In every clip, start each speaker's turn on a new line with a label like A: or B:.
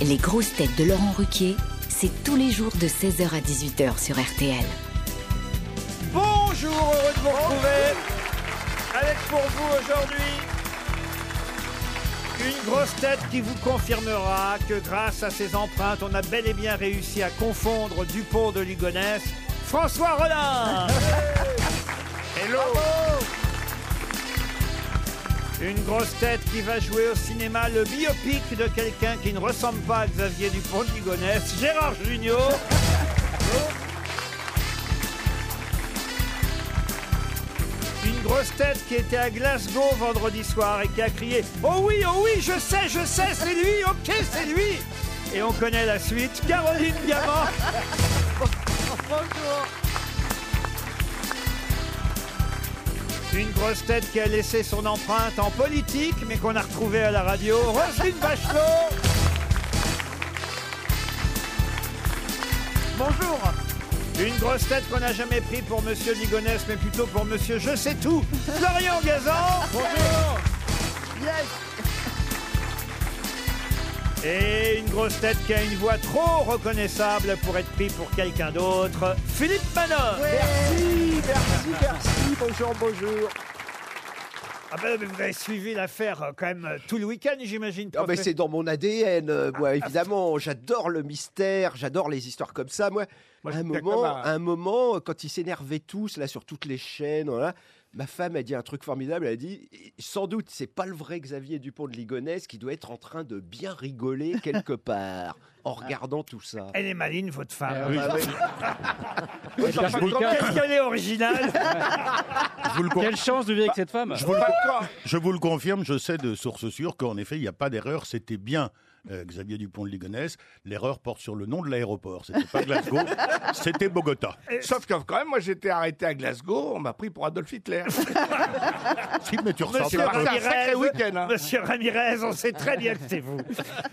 A: Les grosses têtes de Laurent Ruquier, c'est tous les jours de 16h à 18h sur RTL.
B: Bonjour, heureux de vous retrouver. Avec pour vous aujourd'hui une grosse tête qui vous confirmera que grâce à ses empreintes, on a bel et bien réussi à confondre Dupont de Ligonnès, François Rollin. Hello. Une grosse tête qui va jouer au cinéma le biopic de quelqu'un qui ne ressemble pas à Xavier Dupont de Ligonnès, Gérard Junior. Une grosse tête qui était à Glasgow vendredi soir et qui a crié Oh oui, oh oui, je sais, je sais, c'est lui, ok, c'est lui Et on connaît la suite, Caroline Diamant
C: Bonjour.
B: Une grosse tête qui a laissé son empreinte en politique, mais qu'on a retrouvée à la radio, Roselyne Bachelot Bonjour Une grosse tête qu'on n'a jamais pris pour Monsieur Ligonès, mais plutôt pour Monsieur Je sais tout, Florian Gazan Bonjour
C: Yes.
B: Et une grosse tête qui a une voix trop reconnaissable pour être pris pour quelqu'un d'autre, Philippe Manon
D: Merci, merci, merci. Bonjour, bonjour.
B: Ah ben, mais vous avez suivi l'affaire euh, quand même euh, tout le week-end, j'imagine.
D: Non, mais Ah ben, c'est dans mon ADN. euh, moi, évidemment, j'adore le mystère, j'adore les histoires comme ça. Moi,
E: Moi, je
D: un
E: suis
D: moment,
E: d'accord,
B: bah.
E: hein.
D: un moment, euh, quand ils s'énervaient tous là sur toutes les chaînes, voilà, ma femme a dit un truc formidable. Elle a dit, sans doute, c'est pas le vrai Xavier Dupont de Ligonnès qui doit être en train de bien rigoler quelque part en regardant tout ça.
B: Elle est maline, votre femme.
E: oui.
D: Ah, ouais.
E: Elle cherche quelqu'un.
B: Qu'est-ce qu'elle est originale
D: Ah,
F: Je vous, le con-
E: Quelle chance de vivre avec cette femme
F: je vous le con- je vous le confirme, je sais de sources sûres qu'en effet, il n'y a pas d'erreur. C'était bien euh, Xavier Dupont de Ligonnès. L'erreur porte sur le nom de l'aéroport. C'était pas Glasgow, c'était Bogota.
G: Sauf que quand même, moi j'étais arrêté à Glasgow, on m'a pris pour Adolf Hitler.
F: Si, mais tu ressembles
B: Monsieur
D: Ah,
F: pas.
G: un
B: Ramirez,
G: sacré week-end, hein.
B: Monsieur Ramirez, on sait très bien que c'est vous.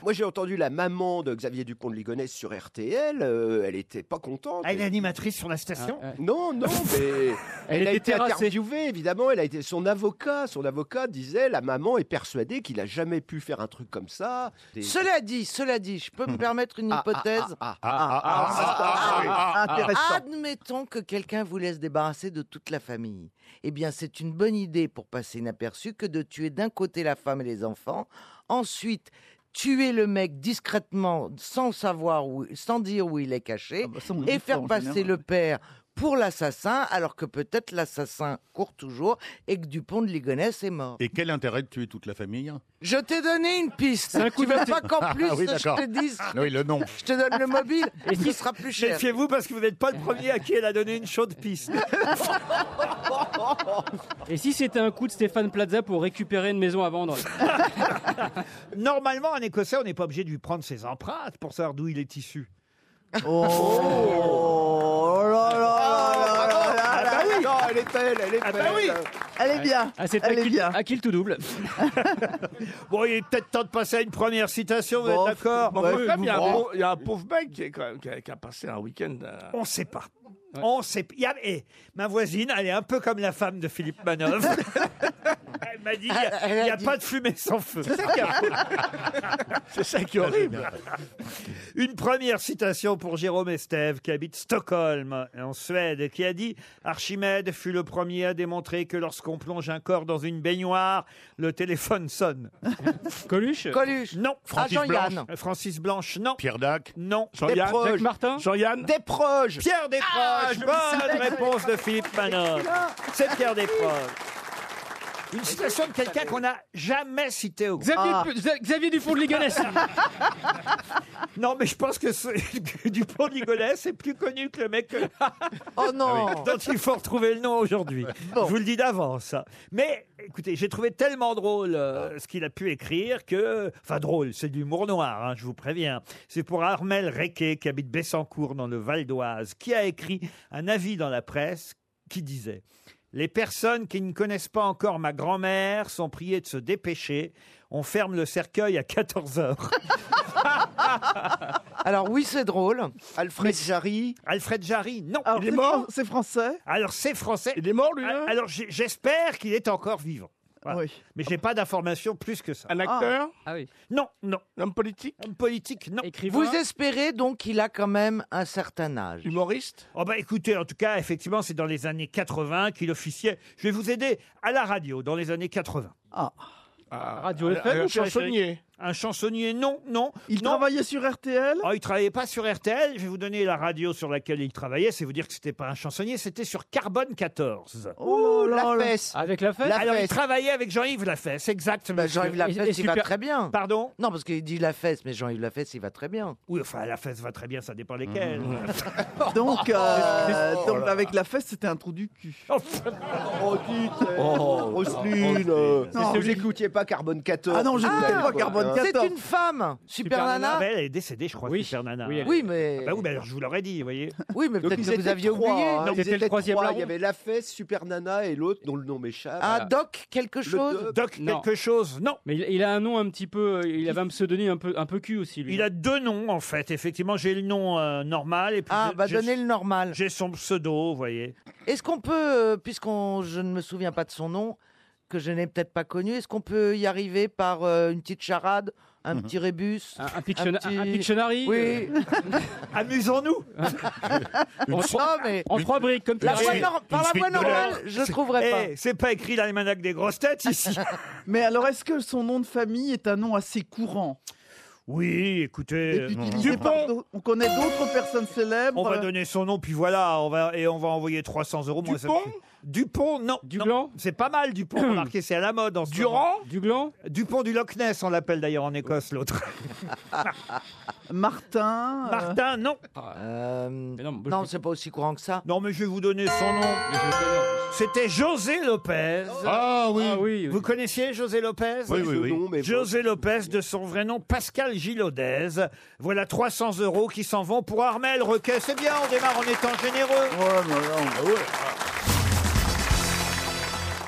D: Moi, j'ai entendu la maman de Xavier Dupont de Ligonnès sur RTL. euh, elle était pas contente.
B: Elle est animatrice sur la station.
D: Non, non, mais elle,
E: Elle
D: a
E: était
D: été
E: terrassée.
D: interviewée, évidemment. Elle a été son avocat. Son avocat disait la maman est persuadée qu'il a jamais pu faire un truc comme ça. Des-
H: Cela dit, cela dit, je peux me permettre une
D: Ah, ah,
H: hypothèse.
D: ah, ah,
F: Ah, ah, ah, ah, ah, ah.
D: intéressant.
H: Admettons que quelqu'un vous laisse débarrasser de toute la famille. Eh bien, c'est une bonne idée pour passer inaperçu que de tuer d'un côté la femme et les enfants, ensuite tuer le mec discrètement, sans savoir où, sans dire où il est caché, et faire passer le père pour l'assassin, alors que peut-être l'assassin court toujours et que Dupont de Ligonnès est mort.
F: Et quel intérêt de tuer toute la famille
H: Je t'ai donné une piste.
E: C'est un coup
H: tu veux
E: de-
H: pas qu'en plus
F: Ah oui,
H: je
F: d'accord.
H: te dise
F: Oui, le nom.
H: je te donne le mobile et ce sera plus cher.
B: Méfiez-vous parce que vous n'êtes pas le premier à qui elle a donné une chaude piste.
E: Et si c'était un coup de Stéphane Plaza pour récupérer une maison à vendre
D: ah.
B: Normalement, en Écossais, on n'est pas obligé de lui prendre ses empreintes pour savoir d'où il est issu.
D: Oh là là là là
B: bah oui.
D: là là là. Non, elle est belle, elle est
B: Ah bah
D: belle.
B: oui.
H: Elle est bien.
E: Ah, c'est à
H: Elle est
E: qui-
H: bien.
E: à qui le tout double
B: Bon, il est peut-être temps de passer à une première citation, vous
D: Bon,
B: êtes d'accord
G: Bon, quand
D: Ouais,
G: même, il y, a un
D: vous-
G: pauvre- il y a un pauvre mec qui, est quand même- qui a, qui a passé un week-end. euh, à-
B: On ne sait pas. On sait pas. Il y a- eh, ma voisine, elle est un peu comme la femme de Philippe Manov. elle m'a dit,
G: Ah,
B: il n'y a,
H: Elle a
B: il y a
H: dit-
B: pas de fumée sans feu.
G: C'est ça qui est horrible.
B: Une première citation pour Jérôme Estève, qui habite Stockholm, en Suède, et qui a dit « Archimède fut le premier à démontrer que lorsqu'on plonge un corps dans une baignoire, le téléphone sonne.
E: Coluche
H: Coluche. »
B: Non.
D: Ah,
F: Francis
H: Agent
F: Blanche.
H: Yann.
B: Francis Blanche, non.
F: Pierre Dac.
B: Non.
G: Jean-Yann,
D: Des
E: Jacques
D: proches.
E: Martin
G: Jean-Yann,
D: Des proches. Ah,
B: Pierre Desproges Bonne réponse de Philippe Manon. C'est Pierre Desproges. Une citation de quelqu'un qu'on n'a jamais cité au groupe.
E: Xavier,
D: Ah.
E: Xavier Dupont de Ligonnès
B: Non, mais je pense que, ce- que Dupont de Ligonnès est plus connu que le mec que- Ah
H: Oh non.
B: dont il faut retrouver le nom aujourd'hui. Je vous le dis d'avance. Mais écoutez, j'ai trouvé tellement drôle euh, ce qu'il a pu écrire que. Enfin, drôle, c'est de l'humour noir, hein, je vous préviens. C'est pour Armel Requet, qui habite Bessancourt dans le Val d'Oise, qui a écrit un avis dans la presse qui disait. Les personnes qui ne connaissent pas encore ma grand-mère sont priées de se dépêcher. On ferme le cercueil à 14 heures.
H: Alors oui, c'est drôle.
D: Alfred Jarry.
B: Alfred Jarry, non.
G: il est mort
H: C'est français.
B: Alors c'est français.
G: Il est mort lui hein là
B: Alors j'ai- j'espère qu'il est encore vivant. Voilà.
H: Oui.
B: Mais j'ai pas d'informations plus que ça.
G: Un acteur
E: Ah oui.
B: Non, non.
G: Un homme politique
B: Homme politique, non.
E: Écrivain.
H: Vous espérez donc qu'il a quand même un certain âge.
G: Humoriste
B: Oh bah écoutez, en tout cas, effectivement, c'est dans les années 80 qu'il officiait. Je vais vous aider à la radio dans les années 80.
G: Ah,
E: Radio
G: un-
E: FM
G: Un
E: ou
G: chansonnier
B: Un chansonnier, non, non.
C: Il
B: non.
C: travaillait sur RTL
B: Oh, il travaillait pas sur RTL. Je vais vous donner la radio sur laquelle il travaillait. C'est vous dire que c'était pas un chansonnier, c'était sur Carbone 14.
C: Oh là
D: La
C: là.
D: fesse
E: Avec la fête
D: La-
B: Alors, il
D: Lafesse.
B: travaillait avec Jean-Yves Lafesse, exact.
H: Bah,
B: monsieur.
H: Jean-Yves Lafesse,
E: Et- et
H: il va
E: super-
H: très bien.
B: Pardon
H: Non, parce qu'il dit Lafesse, mais Jean-Yves Lafesse, il va très bien.
B: Oui, enfin, Lafesse va très bien, ça dépend lesquels. Oh,
C: Donc, euh, donc avec la fesse, c'était un trou du cul.
D: Oh, dites
G: Oh,
D: Roselyne
C: Non,
D: Vous
C: j'ai-
D: n'écoutiez pas Carbone 14
C: Ah non, je n'écoutais
D: Ah,
C: pas Carbone
D: hein.
H: C'est
C: 14.
H: une femme Super,
E: Super
H: Nana,
B: Ah, ben, elle est décédée, je crois,
E: Oui.
B: Super Nana.
E: Oui, elle-
H: Oui, mais,
B: Ah bah oui, bah alors je vous l'aurais dit, vous voyez.
H: oui, mais
D: Donc,
H: peut-être
D: ils
H: que vous
D: étaient
H: aviez
D: trois,
H: oublié.
D: hein,
E: Non,
D: ils
E: c'était le
D: étaient
E: troisième
D: trois.
E: larron.
D: Il y avait la fesse, Super Nana et l'autre dont le nom m'échappe.
H: Un doc, quelque
D: Le
H: chose
D: doc.
B: Doc,
E: Non.
B: quelque chose Non.
E: Mais il, il a un nom un petit peu. euh, Il avait un pseudonyme un peu, un peu cul aussi, lui.
B: Il a deux noms, en fait. Effectivement, j'ai le nom euh, normal et puis
H: Ah,
B: j'ai-
H: bah
B: j'ai-
H: donnez le normal.
B: j'ai son pseudo, vous voyez.
H: Est-ce qu'on peut, euh, puisqu'on je ne me souviens pas de son nom, que je n'ai peut-être pas connu, est-ce qu'on peut y arriver par euh, une petite charade, un petit rébus
E: Un, un, pictiona-
H: Un petit-
E: un Pictionary euh,
H: Oui,
B: Amusons-nous
E: en,
H: non,
E: trois,
H: mais
E: en trois briques, comme
H: la
E: ça.
H: voix nor- par la
F: suite
H: voix
F: de
H: normale, je trouverai pas.
B: Eh, C'est pas écrit l'almanach des grosses têtes, ici
C: Mais alors, est-ce que son nom de famille est un nom assez courant
B: Oui, écoutez... euh,
C: Et utilisé par d'autres- On connaît d'autres personnes célèbres.
B: On va donner son nom, puis voilà, on va, et on va envoyer 300 euros. Moi, ça me
G: Dupont
B: fait- Dupont, non. non.
E: Dublanc
B: C'est pas mal, Dupont, remarquez, c'est à la mode en ce moment.
G: Durand
E: Duglan
B: Dupont du Loch Ness, on l'appelle d'ailleurs en Écosse, l'autre.
C: Martin. euh,
B: Martin, non.
H: Euh,
E: Mais non, moi, je-
H: non, c'est pas aussi courant que ça.
B: Non, mais je vais vous donner son nom.
E: Mais je le connais, en plus.
B: C'était José Lopez.
F: Ah oui.
E: Ah oui, oui.
B: Vous connaissiez José Lopez
F: Oui, oui,
D: Le
F: oui.
D: nom, mais
B: José Lopez, de son vrai nom Pascal Gilodez. Voilà 300 euros qui s'en vont pour Armel Requet. C'est bien, on démarre en étant généreux.
C: ouais, mais non,
E: Ah
C: mais ouais.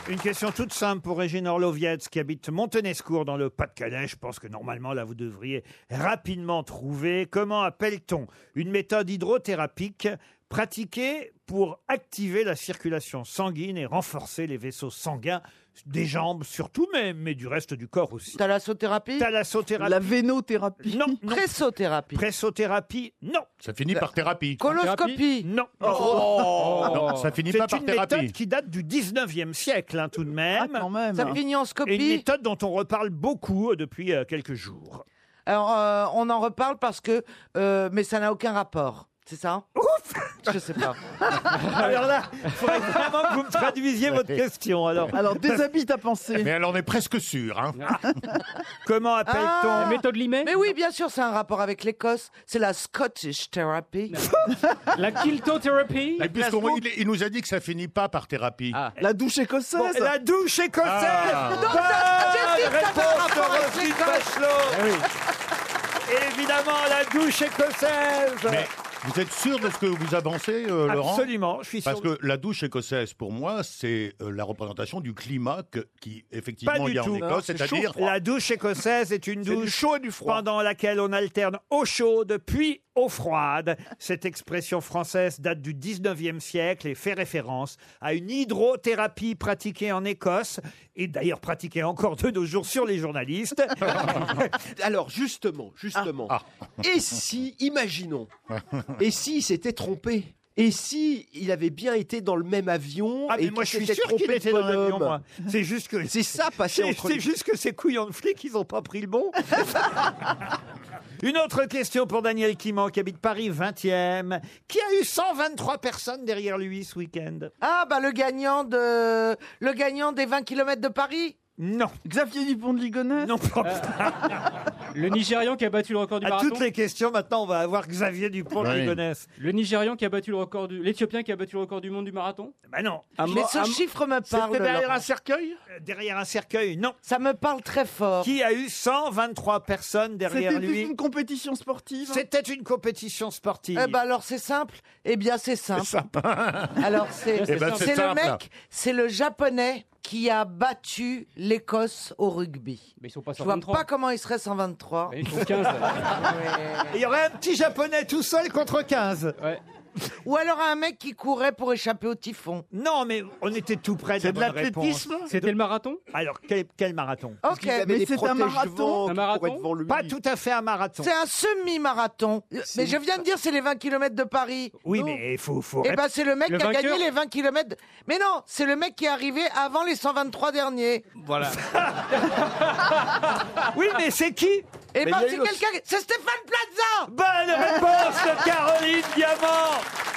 B: Une question toute simple pour Régine Orlovietz qui habite Montenescourt dans le Pas-de-Calais. Je pense que normalement, là, vous devriez rapidement trouver. Comment appelle-t-on une méthode hydrothérapique pratiquée pour activer la circulation sanguine et renforcer les vaisseaux sanguins des jambes surtout, mais, mais du reste du corps aussi
H: Thalassothérapie
B: Thalassothérapie
C: La vénothérapie.
B: Non, non.
H: Pressothérapie
B: Pressothérapie Non,
F: Ça finit par thérapie.
H: Coloscopie
B: non.
F: Non, ça finit
B: Oh. C'est
F: pas par
B: une méthode
F: thérapie.
B: qui date du 19e siècle, hein, tout de
C: Ah,
B: même.
C: quand même.
B: Et une
H: Sapignonscopie
B: méthode dont on reparle beaucoup euh, depuis euh, quelques jours.
H: Alors, euh, on en reparle parce que... euh, mais ça n'a aucun rapport, c'est ça Ouf Je sais pas.
B: Alors là, il faudrait vraiment que vous me traduisiez votre question. Alors, Ah.
C: Alors, déshabite à penser.
F: Mais alors on est presque sûr. Hein.
B: comment appelle-t-on
E: La méthode Limet
H: Ah Mais oui, bien sûr, c'est un rapport avec l'Écosse. C'est la Scottish Therapy.
E: La Kiltotherapy
F: Et puisqu'on- il, il nous a dit que ça finit pas par thérapie.
E: Ah.
C: La douche écossaise.
B: la douche écossaise
F: Ah. Eh
B: Bonne
H: Non, ça- j'ai dit que ça avait un
B: réponse de
H: rapport avec
B: Roselyne
H: l'Écosse.
B: Bachelot Évidemment, la douche écossaise
F: Mais vous êtes sûr de ce que vous avancez, euh, Laurent
B: Absolument, je suis sûr.
F: Parce que la douche écossaise, pour moi, c'est euh, la représentation du climat que- qui,
B: Pas
F: effectivement,
B: du
F: il y a en
B: tout.
F: Écosse, c'est-à-dire
B: La douche écossaise est une
G: C'est du
B: douche
G: chaud et du froid.
B: pendant laquelle on alterne eau chaude puis eau froide. Cette expression française date du 19e siècle et fait référence à une hydrothérapie pratiquée en Écosse et d'ailleurs pratiquée encore de nos jours sur les journalistes.
D: Alors justement, justement.
F: Ah.
D: Et si, imaginons, et si il s'était trompé Et si il avait bien été dans le même avion
B: Ah
D: et
B: mais moi je
D: qu'il
B: suis
D: s'était
B: sûr
D: trompé
B: qu'il
D: de
B: était dans l'avion
D: bonhomme
B: moi. C'est juste que
D: C'est ça passé
B: c'est
D: entre les
B: c'est juste que ces couillons de flics ils ont pas pris le bon. Une autre question pour Daniel Quiman qui habite Paris 20e, qui a eu 123 personnes derrière lui ce week-end.
H: Ah, bah le gagnant, de... le gagnant des 20 km de Paris
B: Non,
C: Xavier Dupont de Ligonnès. Euh,
B: non.
E: Le Nigérian qui a battu le record du
B: À
E: marathon
B: toutes les questions, maintenant, on va avoir Xavier Dupont de
F: Oui.
B: Ligonnès.
E: Le Nigérian qui a battu le record du... L'Éthiopien qui a battu le record du monde du marathon
B: Bah non,
E: Ah,
G: Un
H: Mais
G: mort-
H: ce
G: un-
H: chiffre me parle.
G: C'était derrière
H: Laurent.
G: un cercueil
B: euh, derrière un cercueil, non.
H: Ça me parle très fort.
B: Qui a eu 123 personnes derrière
C: C'était juste
B: lui
C: une compétition sportive.
B: C'était une compétition sportive.
H: Eh ben alors c'est simple. Eh bien c'est simple. Alors c'est
F: Eh ben, c'est
H: c'est le
F: simple.
H: mec, c'est le japonais qui a battu l'Écosse au rugby.
E: Mais ils sont pas
H: Je
E: sur
H: vois
E: 23.
H: pas comment il serait 123.
E: Mais Ils sont 15. là.
B: Il y aurait un petit japonais tout seul contre 15.
E: Ouais.
H: Ou alors à un mec qui courait pour échapper au typhon.
B: Non, mais on était tout près de,
F: C'est de
B: la bonne réponse.
F: l'athlétisme
E: C'était le marathon
B: Alors, quel, quel marathon
H: Ok,
C: mais c'est un marathon,
E: un marathon
D: devant lui.
B: Pas tout à fait un marathon.
H: c'est un semi-marathon. Mais je viens de dire, c'est les 20 km de Paris.
B: Oui,
H: Non.
B: mais il faut, faut
H: Eh ben, c'est le mec
E: Le
H: qui a
E: vainqueur.
H: gagné les 20 km. Mais non, c'est le mec qui est arrivé avant les 123 derniers.
G: Voilà.
B: Oui, mais c'est qui
H: Eh
D: Mais
H: ben,
D: il y a
H: c'est
D: eu aussi-
H: quelqu'un. qui- C'est Stéphane Plaza
B: Bonne réponse de Caroline Diamant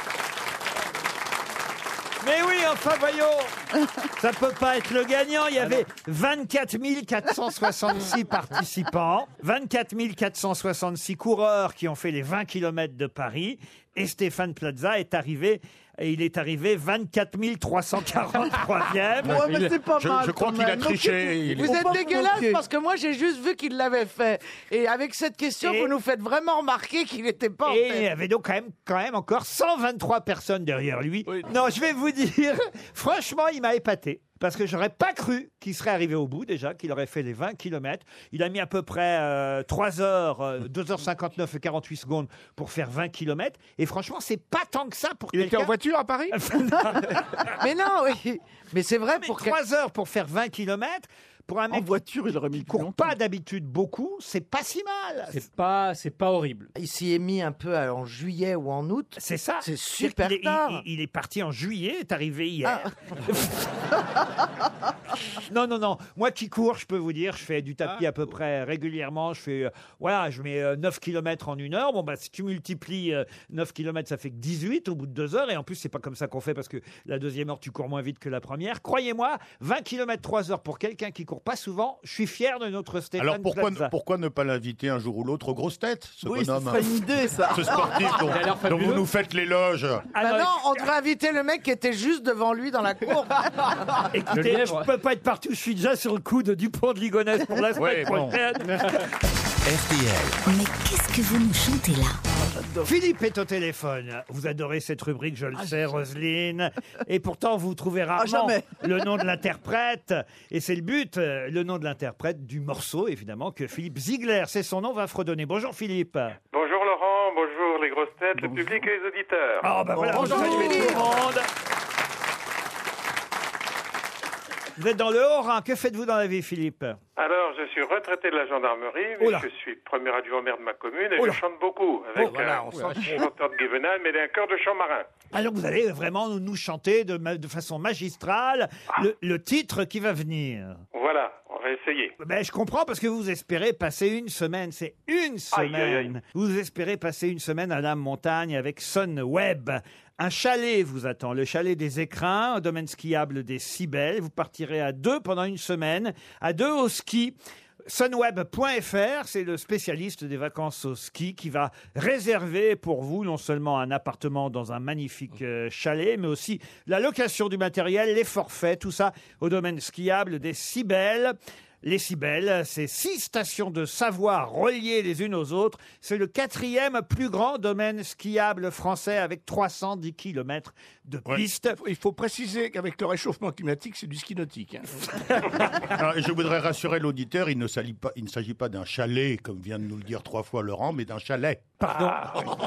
B: mais oui, enfin voyons Ça peut pas être le gagnant. Il y avait 24 466 participants, 24 466 coureurs qui ont fait les 20 km de Paris. Et Stéphane Plaza est arrivé, et il est arrivé 24 343e.
C: Ouais, mais c'est pas
F: Je-
C: mal.
F: je crois
C: quand
F: qu'il a
C: même. Donc,
F: triché, il est-
C: faut
H: Vous êtes
C: pas
H: dégueulasse
C: manquer.
H: parce que moi, j'ai juste vu qu'il l'avait fait. Et avec cette question,
B: Et-
H: vous nous faites vraiment remarquer qu'il n'était pas en
B: Et il y
H: tête.
B: avait donc quand même, quand même encore 123 personnes derrière lui. Non, je vais vous dire, franchement, il m'a épaté. Parce que j'aurais pas cru qu'il serait arrivé au bout déjà, qu'il aurait fait les 20 km. Il a mis à peu près 3 heures, euh, 2h59 et 48 secondes pour faire 20 km. Et franchement, c'est pas tant que ça pour
G: Il était en
B: quelqu'un.
G: voiture à Paris
H: Mais non, oui. Mais c'est vrai pour que-
B: 3 heures pour faire 20 km, pour un
C: En
B: mec
C: voiture, il aurait mis
B: qui
C: le
B: court pas d'habitude beaucoup, c'est pas si mal.
E: C'est pas, c'est pas horrible.
H: Il s'y est mis un peu alors, en juillet ou en août.
B: C'est ça.
H: C'est
B: C'est-à-dire
H: super
B: qu'il est- il-
H: tard. Ah.
B: Il, il est parti en juillet, est arrivé hier. non, non, non. Moi qui cours, je peux vous dire, je fais du
H: Ah.
B: tapis à peu près régulièrement. Je fais, euh, voilà, je mets euh, 9 km en une heure. Bon, bah, si tu multiplies euh, 9 km, ça fait que 18 au bout de deux heures. Et en plus, c'est pas comme ça qu'on fait parce que la deuxième heure, tu cours moins vite que la première. Croyez-moi, 20 km 3 heures pour quelqu'un qui court pas souvent, je suis fier de notre Stéphane
F: Alors pourquoi,
B: Plaza.
F: pourquoi ne pas l'inviter un jour ou l'autre aux grosses têtes, ce
C: Oui, ce
F: bonhomme
C: serait une idée, ça. Bah
F: Ce sportif dont,
E: Il a l'air
F: dont
E: fabuleux.
F: vous nous faites l'éloge.
B: Ah non,
H: Maintenant, Ben on devrait inviter le mec qui était juste devant lui dans la cour.
B: Écoutez,
E: Le lièvre.
B: je peux pas être partout, je suis déjà sur le coup de Dupont de Ligonnès pour la semaine
F: Ouais, bon.
B: prochaine.
I: RTL,
A: Mais qu'est-ce que vous nous chantez là
B: Philippe est au téléphone. Vous adorez cette rubrique, Ah, je le sais, Ah, Roselyne. Et pourtant, vous trouvez rarement
C: jamais.
B: le nom de l'interprète. Et c'est le but, euh, le nom de l'interprète du morceau, évidemment, que Philippe Ziegler, c'est son nom, va fredonner. Bonjour Philippe.
J: Bonjour Laurent, bonjour les grosses têtes, le public et les auditeurs.
B: Ah bah voilà, vous saluez tout le monde. Vous êtes dans le Haut-Rhin. Que faites-vous dans la vie, Philippe
J: Alors, je suis retraité de la gendarmerie, mais
B: Oh là.
J: je suis premier adjoint-maire de ma commune et
B: Oh là.
J: je chante beaucoup avec
B: Oh,
G: voilà,
J: euh,
G: on s'en
J: un chanteur de Guévenheim et d'un chœur de chant marin.
B: Alors vous allez vraiment nous chanter de, ma- de façon magistrale le, le titre qui va venir.
J: Voilà, on va essayer.
B: Ben, je comprends parce que vous espérez passer une semaine, c'est une semaine.
J: aïe, aïe.
B: Vous espérez passer une semaine à la montagne avec Sun Web. Un chalet vous attend, le chalet des Écrins, au domaine skiable des Cibelles. Vous partirez à deux pendant une semaine, à deux au ski. Sunweb.fr, c'est le spécialiste des vacances au ski qui va réserver pour vous non seulement un appartement dans un
J: Oh.
B: magnifique euh, chalet, mais aussi la location du matériel, les forfaits, tout ça au domaine skiable des Cibelles. Les Cibelles, c'est six stations de Savoie reliées les unes aux autres. C'est le quatrième plus grand domaine skiable français avec 310 km de
F: Ouais.
B: piste.
G: Il faut préciser qu'avec le réchauffement climatique, c'est du ski nautique. hein.
F: Alors, je voudrais rassurer l'auditeur, il ne s'agit pas, il ne s'agit pas d'un chalet, comme vient de nous le dire trois fois Laurent, mais d'un chalet.
B: Pardon.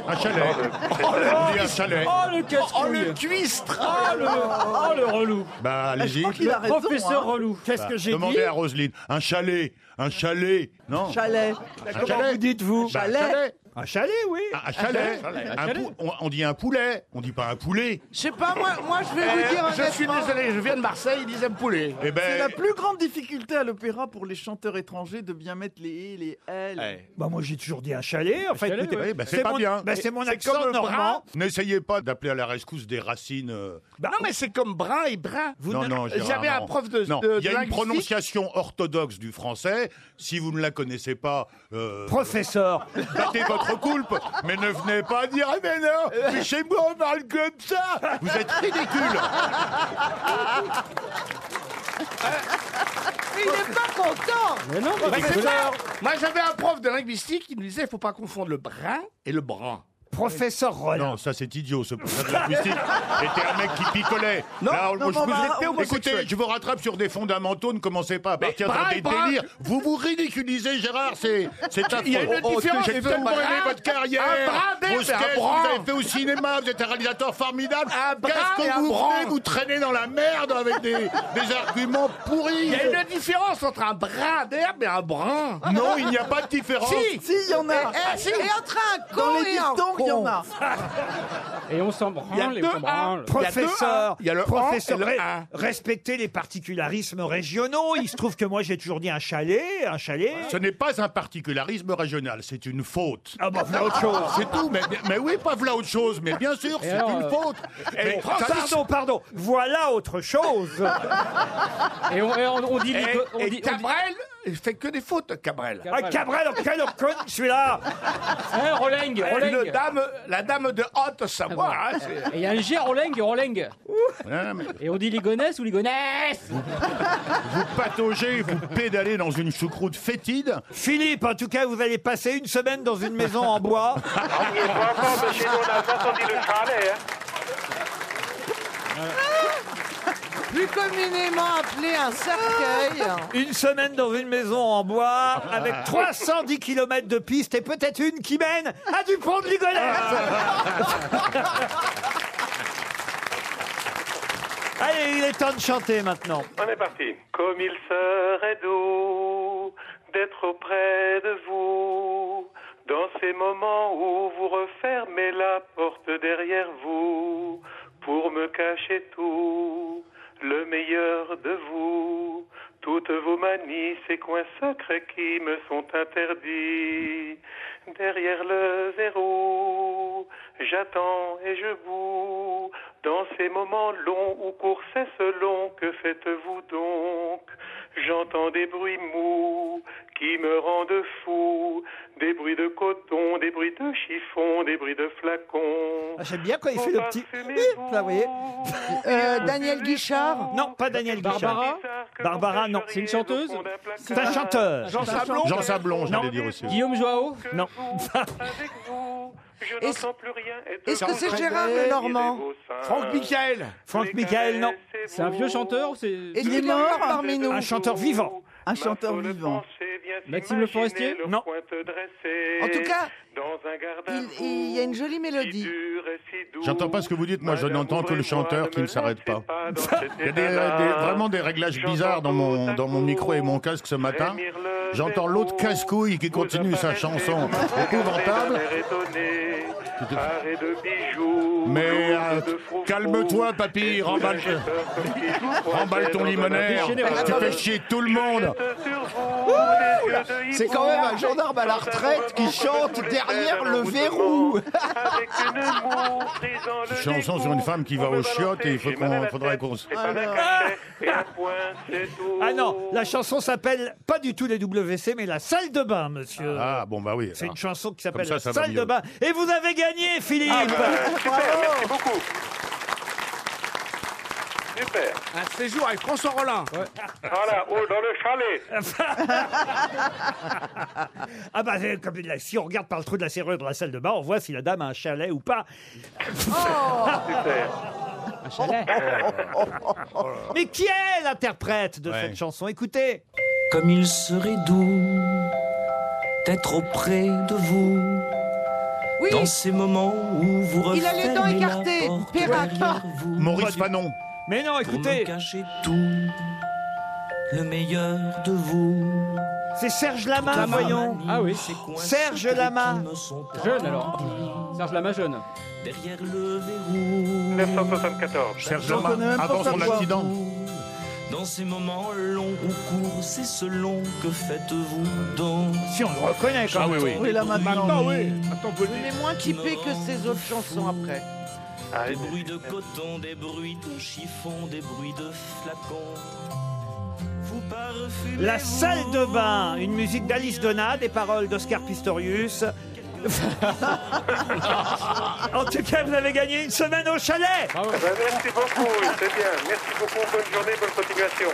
F: Un chalet. On dit un chalet.
E: Oh le casse
G: Oh, le cuistre
E: Oh le, oh, le relou
F: Bah, allez-y.
C: qu'il a raison.
E: Professeur
C: hein.
E: relou
B: Qu'est-ce
F: Bah,
B: que j'ai dit
F: demandez à Roselyne. Un chalet. Un chalet. Non.
C: Chalet.
F: Un
B: Comment vous
F: chalet.
B: dites-vous
F: Bah, un chalet.
B: Un chalet, oui.
F: Un- Un chalet. Un pou- on, on dit un poulet. On dit pas un poulet.
H: Je sais pas, moi, moi je vais
G: Euh,
H: vous dire
G: Je suis
H: honnêtement.
G: désolé, je viens de Marseille, ils disent un poulet.
F: Eh
C: C'est
F: ben,
C: la plus grande difficulté à l'opéra pour les chanteurs étrangers de bien mettre les I, les L.
G: Ouais.
B: Bah moi j'ai toujours dit un chalet. En fait,
E: chalet,
B: écoutez,
F: oui, bah, c'est pas
B: mon,
F: bien.
B: bah, c'est mon
G: C'est comme
B: accent
G: le
B: normand.
F: n'essayez pas d'appeler à la rescousse des racines. euh,
B: Bah,
G: Non, mais c'est comme brun et brun.
B: vous
F: non,
B: ne-
F: non, Gérard,
G: J'avais un
F: non.
G: prof de-
F: Non,
G: de-
F: il y
G: de
F: a une
G: linguistique.
F: prononciation orthodoxe du français. Si vous ne la connaissez pas, euh,
B: Professeur,
F: battez votre coulpe. Mais ne venez pas dire, ah mais non, mais chez moi on parle comme ça. Vous êtes ridicule.
H: Mais il n'est pas content
E: Mais non, mais
G: Bah,
E: rigolez.
G: c'est ça. Moi, j'avais un prof de linguistique qui nous disait il faut pas confondre le brun et le brun.
B: Professeur Rollin.
F: Non, ça c'est idiot, ce professeur de linguistique était un mec qui picolait.
G: Non,
F: Là, on-
G: non,
F: je vous-
G: bon, bah, était homosexuel.
F: écoutez, je vous rattrape sur des fondamentaux, ne commencez pas à
G: Mais
F: partir dans des
G: pareil, pareil.
F: délires. Vous vous ridiculisez, Gérard, c'est c'est affreux.
G: Il y a une
F: Oh, oh,
G: différence.
F: J'ai tellement aimé
G: Un-
F: votre carrière.
G: un bras d'air,
F: Vos
G: c'est un
F: sketchs,
G: bras.
F: vous avez fait au cinéma, vous êtes un réalisateur formidable.
G: bras
F: Qu'est-ce
G: et
F: que
G: un
F: vous
G: bras.
F: venez vous traînez dans la merde avec des, des arguments pourris
G: Il y a une différence entre un brin d'herbe et un brin.
F: Non, il n'y a pas de différence.
G: Si,
C: Si, il y en a.
H: Eh, si, et entre un
C: Dans
H: con
C: les
H: et un
C: dictons, il y en a.
E: Et on s'en
G: il y a
E: branle, et on
G: deux
E: s'en
G: A.
E: branle.
G: Il y a deux A.
B: Professeur,
G: Il y a le A et
B: professeur,
G: le
B: re-
G: A.
B: respectez les particularismes régionaux. Il se trouve que moi, j'ai toujours dit un chalet, un chalet.
F: Ce n'est pas un particularisme régional, c'est une faute.
B: Ah bah, voilà autre chose.
F: C'est tout, mais, mais oui, pas voilà autre chose, mais bien sûr, c'est
E: alors,
F: une
E: euh,
F: faute. Mais ça,
B: oh, Pardon, pardon. Voilà autre chose.
E: Et on, et on- on dit...
G: Et,
E: lico- on dit- on
G: et
E: dit-
G: Cabrel, il fait que des fautes, Cabrel.
B: Ah, Cabrel, quelle conne, celui-là.
E: Eh, Rolengue,
G: Une
E: Rolengue.
G: dame, la dame de Haute-Savoie.
E: Ah
G: hein, c'est-
E: Et il y a un G, Rolengue, Rolengue.
F: Non, mais
E: Et on dit Ligonesse ou Ligonesse
F: vous pataugez, vous pédalez dans une choucroute fétide.
B: Philippe, en tout cas, vous allez passer une semaine dans une maison en bois.
J: Ah,
D: Ah,
J: Franchement, de chez nous, on a pas senti le chalet. Hein.
D: hein.
H: plus communément appelé un cercueil.
B: Une semaine dans une maison en bois
J: Ah.
B: avec 310 km de piste et peut-être une qui mène à Dupont de Ligonnès. Allez, il est temps de chanter maintenant.
J: On est parti. Comme il serait doux d'être auprès de vous, dans ces moments où vous refermez la porte derrière vous, pour me cacher tout, le meilleur de vous, toutes vos manies, ces coins secrets qui me sont interdits, derrière le verrou, j'attends et je boue, dans ces moments longs où court ce long, que faites-vous donc J'entends des bruits mous qui me rendent fou, des bruits de coton, des bruits de chiffon, des bruits de flacons.
B: Ah, J'aime bien quand il
J: Vous
B: fait le petit.
J: parfumez-vous
B: Là, vous voyez.
H: Euh, Daniel Guichard
B: Non, pas Daniel Guichard.
E: Barbara
B: Barbara, non.
E: C'est une chanteuse
B: C'est un chanteur.
G: Jean Sablon.
F: Jean Sablon, j'allais dire aussi.
E: Guillaume Joao
B: Non.
J: Avec vous, je
H: Est-ce-
J: n'entends plus rien.
H: est-ce que c'est
J: Étonnant.
H: Gérard Lenormand
G: Franck Michael.
B: Franck Michael, non.
E: C'est un vieux chanteur ou c'est...
H: Est-ce qu'il est mort parmi nous
B: Un chanteur vivant.
C: Un chanteur vivant.
E: Maxime Le Forestier
B: Non.
H: En
J: En
H: tout cas,
J: dans un garde à
H: il,
J: vous,
H: il y a une jolie
J: si
H: mélodie.
J: dur et si doux.
F: J'entends pas ce que vous dites, moi je
J: Madame,
F: n'entends que le
J: ouvrez-moi,
F: chanteur
J: ne
F: qui
J: me
F: ne s'arrête
J: laissez
F: pas.
H: Ah,
J: dans cet
F: Il y a des-
J: état-là.
F: des- vraiment des réglages
J: J'entends
F: bizarres dans mon,
J: tout à
F: dans mon
J: coup
F: micro et mon casque ce matin.
J: frémir le
F: J'entends l'autre
J: verrou.
F: casse-couille qui
J: Vous
F: continue sa
J: apparaissez
F: chanson
J: comme un
F: épouvantable.
J: regard étonné, paré de bijoux,
F: Mais euh,
J: lourde de froufrous,
F: calme-toi, papy, remballe,
J: j'ai peur comme qui vous croisait
F: remballe ton
J: dans un
F: limonaire.
E: Dégénéré.
F: Tu fais chier tout le monde.
D: C'est quand même un gendarme à la retraite qui chante derrière le verrou.
J: Chanson sur une femme qui va aux chiottes et il faut qu'on faudrait qu'on se.
B: Ah non, la chanson s'appelle pas du tout les WC, mais la salle de bain, monsieur.
F: Ah bon, bah oui.
B: C'est une chanson qui s'appelle
F: Comme ça, ça
B: La
F: va
B: salle de
F: mieux.
B: bain. Et vous avez gagné, Philippe
J: merci beaucoup. Super.
G: Un séjour avec François Rollin.
J: Voilà, oh, dans le chalet.
B: Ah bah, euh, comme il l'a- si on regarde par le trou de la serrure de la salle de bain, on voit si la dame a un chalet ou pas. Oh.
K: Oh.
J: Super.
B: Mais qui est l'interprète de
F: Ouais.
B: cette chanson Écoutez
L: Comme il serait doux d'être auprès de vous
H: Oui,
L: dans ces moments où vous
H: Il a les
L: refermez
H: dents écartées,
L: la porte
H: Perrac.
L: derrière vous
F: Maurice Fanon.
B: Mais non,
L: pour me
B: écoutez,
L: cacher tout le meilleur de vous.
B: c'est Serge Lama, voyons.
E: Ah oui.
L: Ces coins
B: Serge
L: secrets
B: Lama.
L: qui me sont
E: Jeune
L: tendus
E: alors. Serge Lama jeune.
L: Derrière le verrou.
J: 974.
F: Serge
C: J'en
F: Lama,
C: connais même pas
F: avant son
C: savoir.
F: accident.
L: Dans ces moments longs ou courts, c'est ce long que faites-vous donc
B: Si on le reconnaît quand
F: Ah
B: même.
F: oui, oui.
C: Oui, là maintenant.
G: oui. Attends, vous
H: mais moins typé que ces autres chansons après.
J: Ah,
L: Des
J: il-
L: bruits de coton, des bruits de chiffon, des bruits de flacons. Vous parfumez.
B: La salle de bain, une musique d'Alice Donna, des paroles d'Oscar Pistorius. en tout cas, vous avez gagné une semaine au chalet.
J: Ben, merci beaucoup, c'est bien. Merci beaucoup, bonne journée, bonne continuation.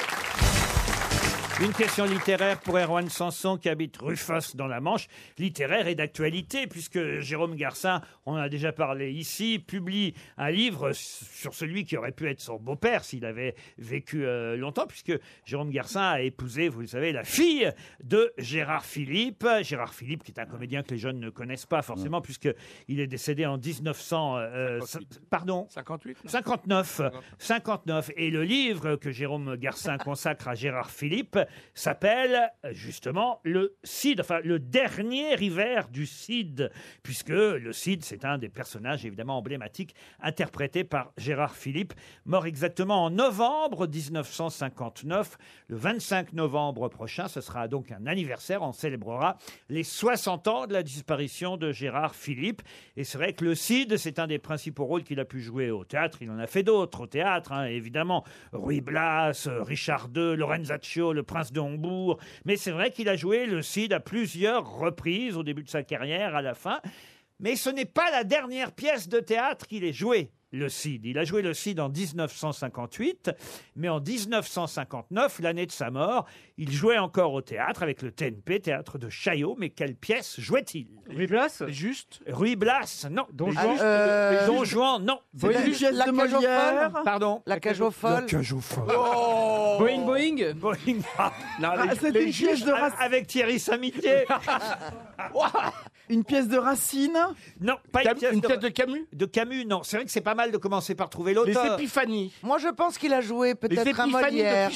B: Une question littéraire pour Erwan Sanson qui habite Ruffos dans la Manche, littéraire et d'actualité, puisque Jérôme Garcin, on en a déjà parlé ici, publie un livre sur celui qui aurait pu être son beau-père s'il avait vécu euh, longtemps, puisque Jérôme Garcin a épousé, vous le savez, la fille de Gérard Philippe. Gérard Philippe, qui est un comédien que les jeunes ne connaissent pas forcément, puisqu'il est décédé en 1900. euh, pardon 58 59. 59. Et le livre que Jérôme Garcin consacre à Gérard Philippe s'appelle euh, justement Le Cid, enfin le dernier hiver du Cid, puisque le Cid, c'est un des personnages évidemment emblématiques interprété par Gérard Philippe, mort exactement en novembre 1959. Le 25 novembre prochain, ce sera donc un anniversaire, on célébrera les 60 ans de la disparition de Gérard Philippe. Et c'est vrai que le Cid, c'est un des principaux rôles qu'il a pu jouer au théâtre. Il en a fait d'autres au théâtre, hein, évidemment. Ruy Blas, euh, Richard II, Lorenzaccio, le prince de Hombourg. Mais c'est vrai qu'il a joué le Cid à plusieurs reprises au début de sa carrière, à la fin. Mais ce n'est pas la dernière pièce de théâtre qu'il ait jouée. Le Cid. Il a joué le Cid en 1958, mais en 1959, l'année de sa mort, il jouait encore au théâtre avec le TNP, théâtre de Chaillot. Mais quelle pièce jouait-il Ruy Blas Juste. Ruy Blas, non. Don
H: Juan Euh, Mais
B: Don
H: juste-
B: Juan, non.
H: C'est la- Duchesse la de cage aux Molière. folles
B: Pardon.
H: La cage aux folles.
B: La cage aux folles.
E: Boeing, Boeing
B: Boeing.
C: Ah, les- c'était les une pièce juges de
B: a- Avec Thierry Samitier.
C: Une pièce de Racine
B: non, pas
C: Cam-
B: une pièce
C: une
B: de...
C: pièce
B: de Camus De Camus, non. C'est vrai que c'est pas mal de commencer par trouver l'auteur.
H: Épiphanies. Moi, je pense qu'il a joué peut-être un Molière.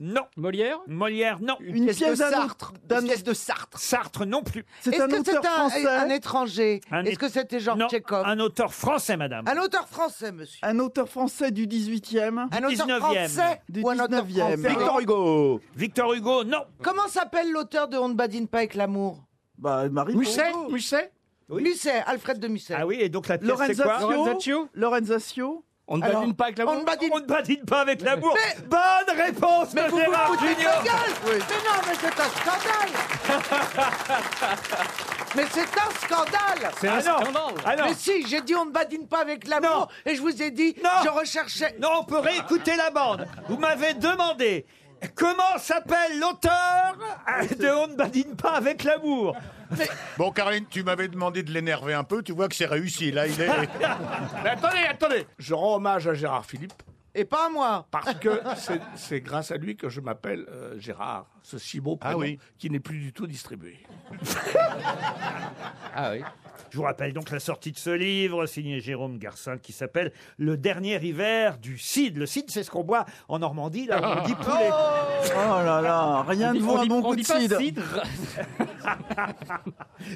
B: Non.
E: Molière
B: Molière, non.
H: Une pièce pièce de d'un- Sartre.
B: Une pièce de Sartre. Sartre, non plus.
H: Est-ce que c'est un, un étranger
B: Un
H: Est-ce que c'était genre
B: Non,
H: Tchekhov
B: Un auteur français, madame.
H: Un auteur français, monsieur.
C: Un auteur français du 18e
H: Un auteur
B: 19e.
H: français
C: Du
H: ou un auteur
C: 19e.
H: français
C: Victor
B: Hugo. Victor Hugo, non.
H: Comment s'appelle l'auteur de On ne badine pas avec l'amour
C: Bah, Marie
H: Musset
C: Poirot.
H: Musset Musset, Alfred de Musset.
B: Ah oui, et donc la pièce, c'est quoi
C: Lorenzaccio Lorenzaccio
H: On ne badine pas avec l'amour On ne badine-
B: On ne badine pas avec l'amour.
H: Mais-
B: Bonne réponse
H: Mais
B: de
H: vous vous
B: Gérard
H: foutez de ma
B: Junior.
H: gueule Mais non, mais c'est un scandale Mais c'est un scandale
B: C'est un Ah non. scandale. Ah non.
H: Mais si, j'ai dit on ne badine pas avec l'amour, et je vous ai dit, je recherchais...
B: Non, on peut réécouter la bande. Vous m'avez demandé comment s'appelle l'auteur de On ne badine pas avec l'amour.
F: Bon, Caroline, tu m'avais demandé de l'énerver un peu. Tu vois que c'est réussi. Là, il est.
G: Mais attendez, attendez Je rends hommage à Gérard Philippe.
H: Et pas à moi
G: Parce que c'est- c'est grâce à lui que je m'appelle euh, Gérard, ce si beau prénom
F: Ah oui.
G: qui n'est plus du tout distribué.
B: Ah oui. Je vous rappelle donc la sortie de ce livre signé Jérôme Garcin qui s'appelle Le dernier hiver du Cid. Le Cid, c'est ce qu'on boit en Normandie, là où on dit poulet.
C: Oh là là, rien
B: On
C: ne
B: dit-
C: vaut
B: on
C: un
B: dit-
C: bon
B: on
C: coup
B: dit
C: de
B: pas
C: cidre.
B: cidre.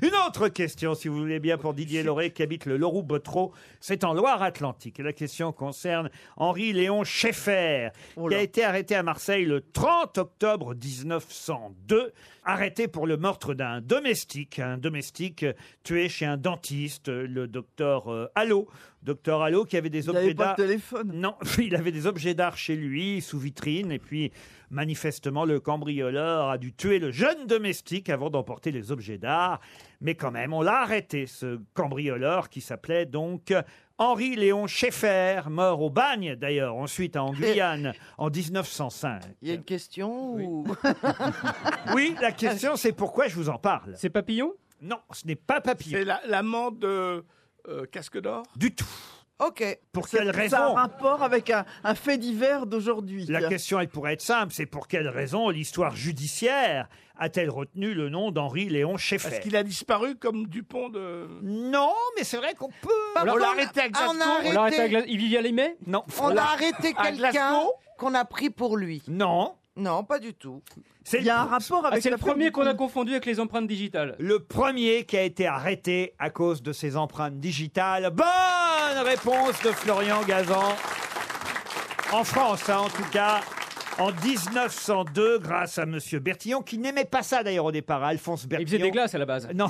B: Une autre question, si vous voulez bien, pour Didier Loré, qui habite le Loroux-Botreau. C'est en Loire-Atlantique. Et la question concerne Henri-Léon Schaeffer,
C: Oh
B: qui a été arrêté à Marseille le 30 octobre 1902. Arrêté pour le meurtre d'un domestique. Un domestique tué chez un dentiste, le docteur euh, Allot. Docteur Allot, qui avait des
C: Il avait
B: objets
C: pas
B: d'art.
C: de téléphone.
B: Non, il avait des objets d'art chez lui, sous vitrine, et puis manifestement, le cambrioleur a dû tuer le jeune domestique avant d'emporter les objets d'art. Mais quand même, on l'a arrêté, ce cambrioleur qui s'appelait donc Henri-Léon Schaeffer, mort au bagne d'ailleurs, ensuite en Guyane, en 1905.
H: Il y a une question ou...
B: Oui, la question c'est pourquoi je vous en parle.
E: C'est Papillon
B: Non, ce n'est pas Papillon.
G: C'est la- l'amant de euh, Casque d'Or
B: Du tout.
H: Ok.
B: Pour quelle raison
C: Ça a un rapport avec un, un fait divers d'aujourd'hui.
B: La question, elle pourrait être simple, c'est pour quelle raison l'histoire judiciaire a-t-elle retenu le nom d'Henri Léon Schaeffer
G: Parce qu'il a disparu comme Dupont de.
B: Non, mais c'est vrai qu'on peut.
G: on l'a arrêté à Glasgow.
E: On l'a arrêté à Gla- Il vivait à Limay
B: Non.
H: On a arrêté
G: À
H: quelqu'un
G: Glasgow
H: qu'on a pris pour lui.
B: Non.
H: Non, pas du tout.
B: C'est
C: Il y a un rapport
E: Ah,
C: avec
E: c'est
C: la
E: le premier
C: fête
E: qu'on a
C: du-
E: confondu avec les empreintes digitales.
B: le premier qui a été arrêté à cause de ses empreintes digitales. Bonne réponse de Florian Gazan. En France, hein, en tout cas. En 1902, grâce à Monsieur Bertillon, qui n'aimait pas ça d'ailleurs au départ, à Alphonse Bertillon.
E: Il faisait des glaces à la base.
B: Non.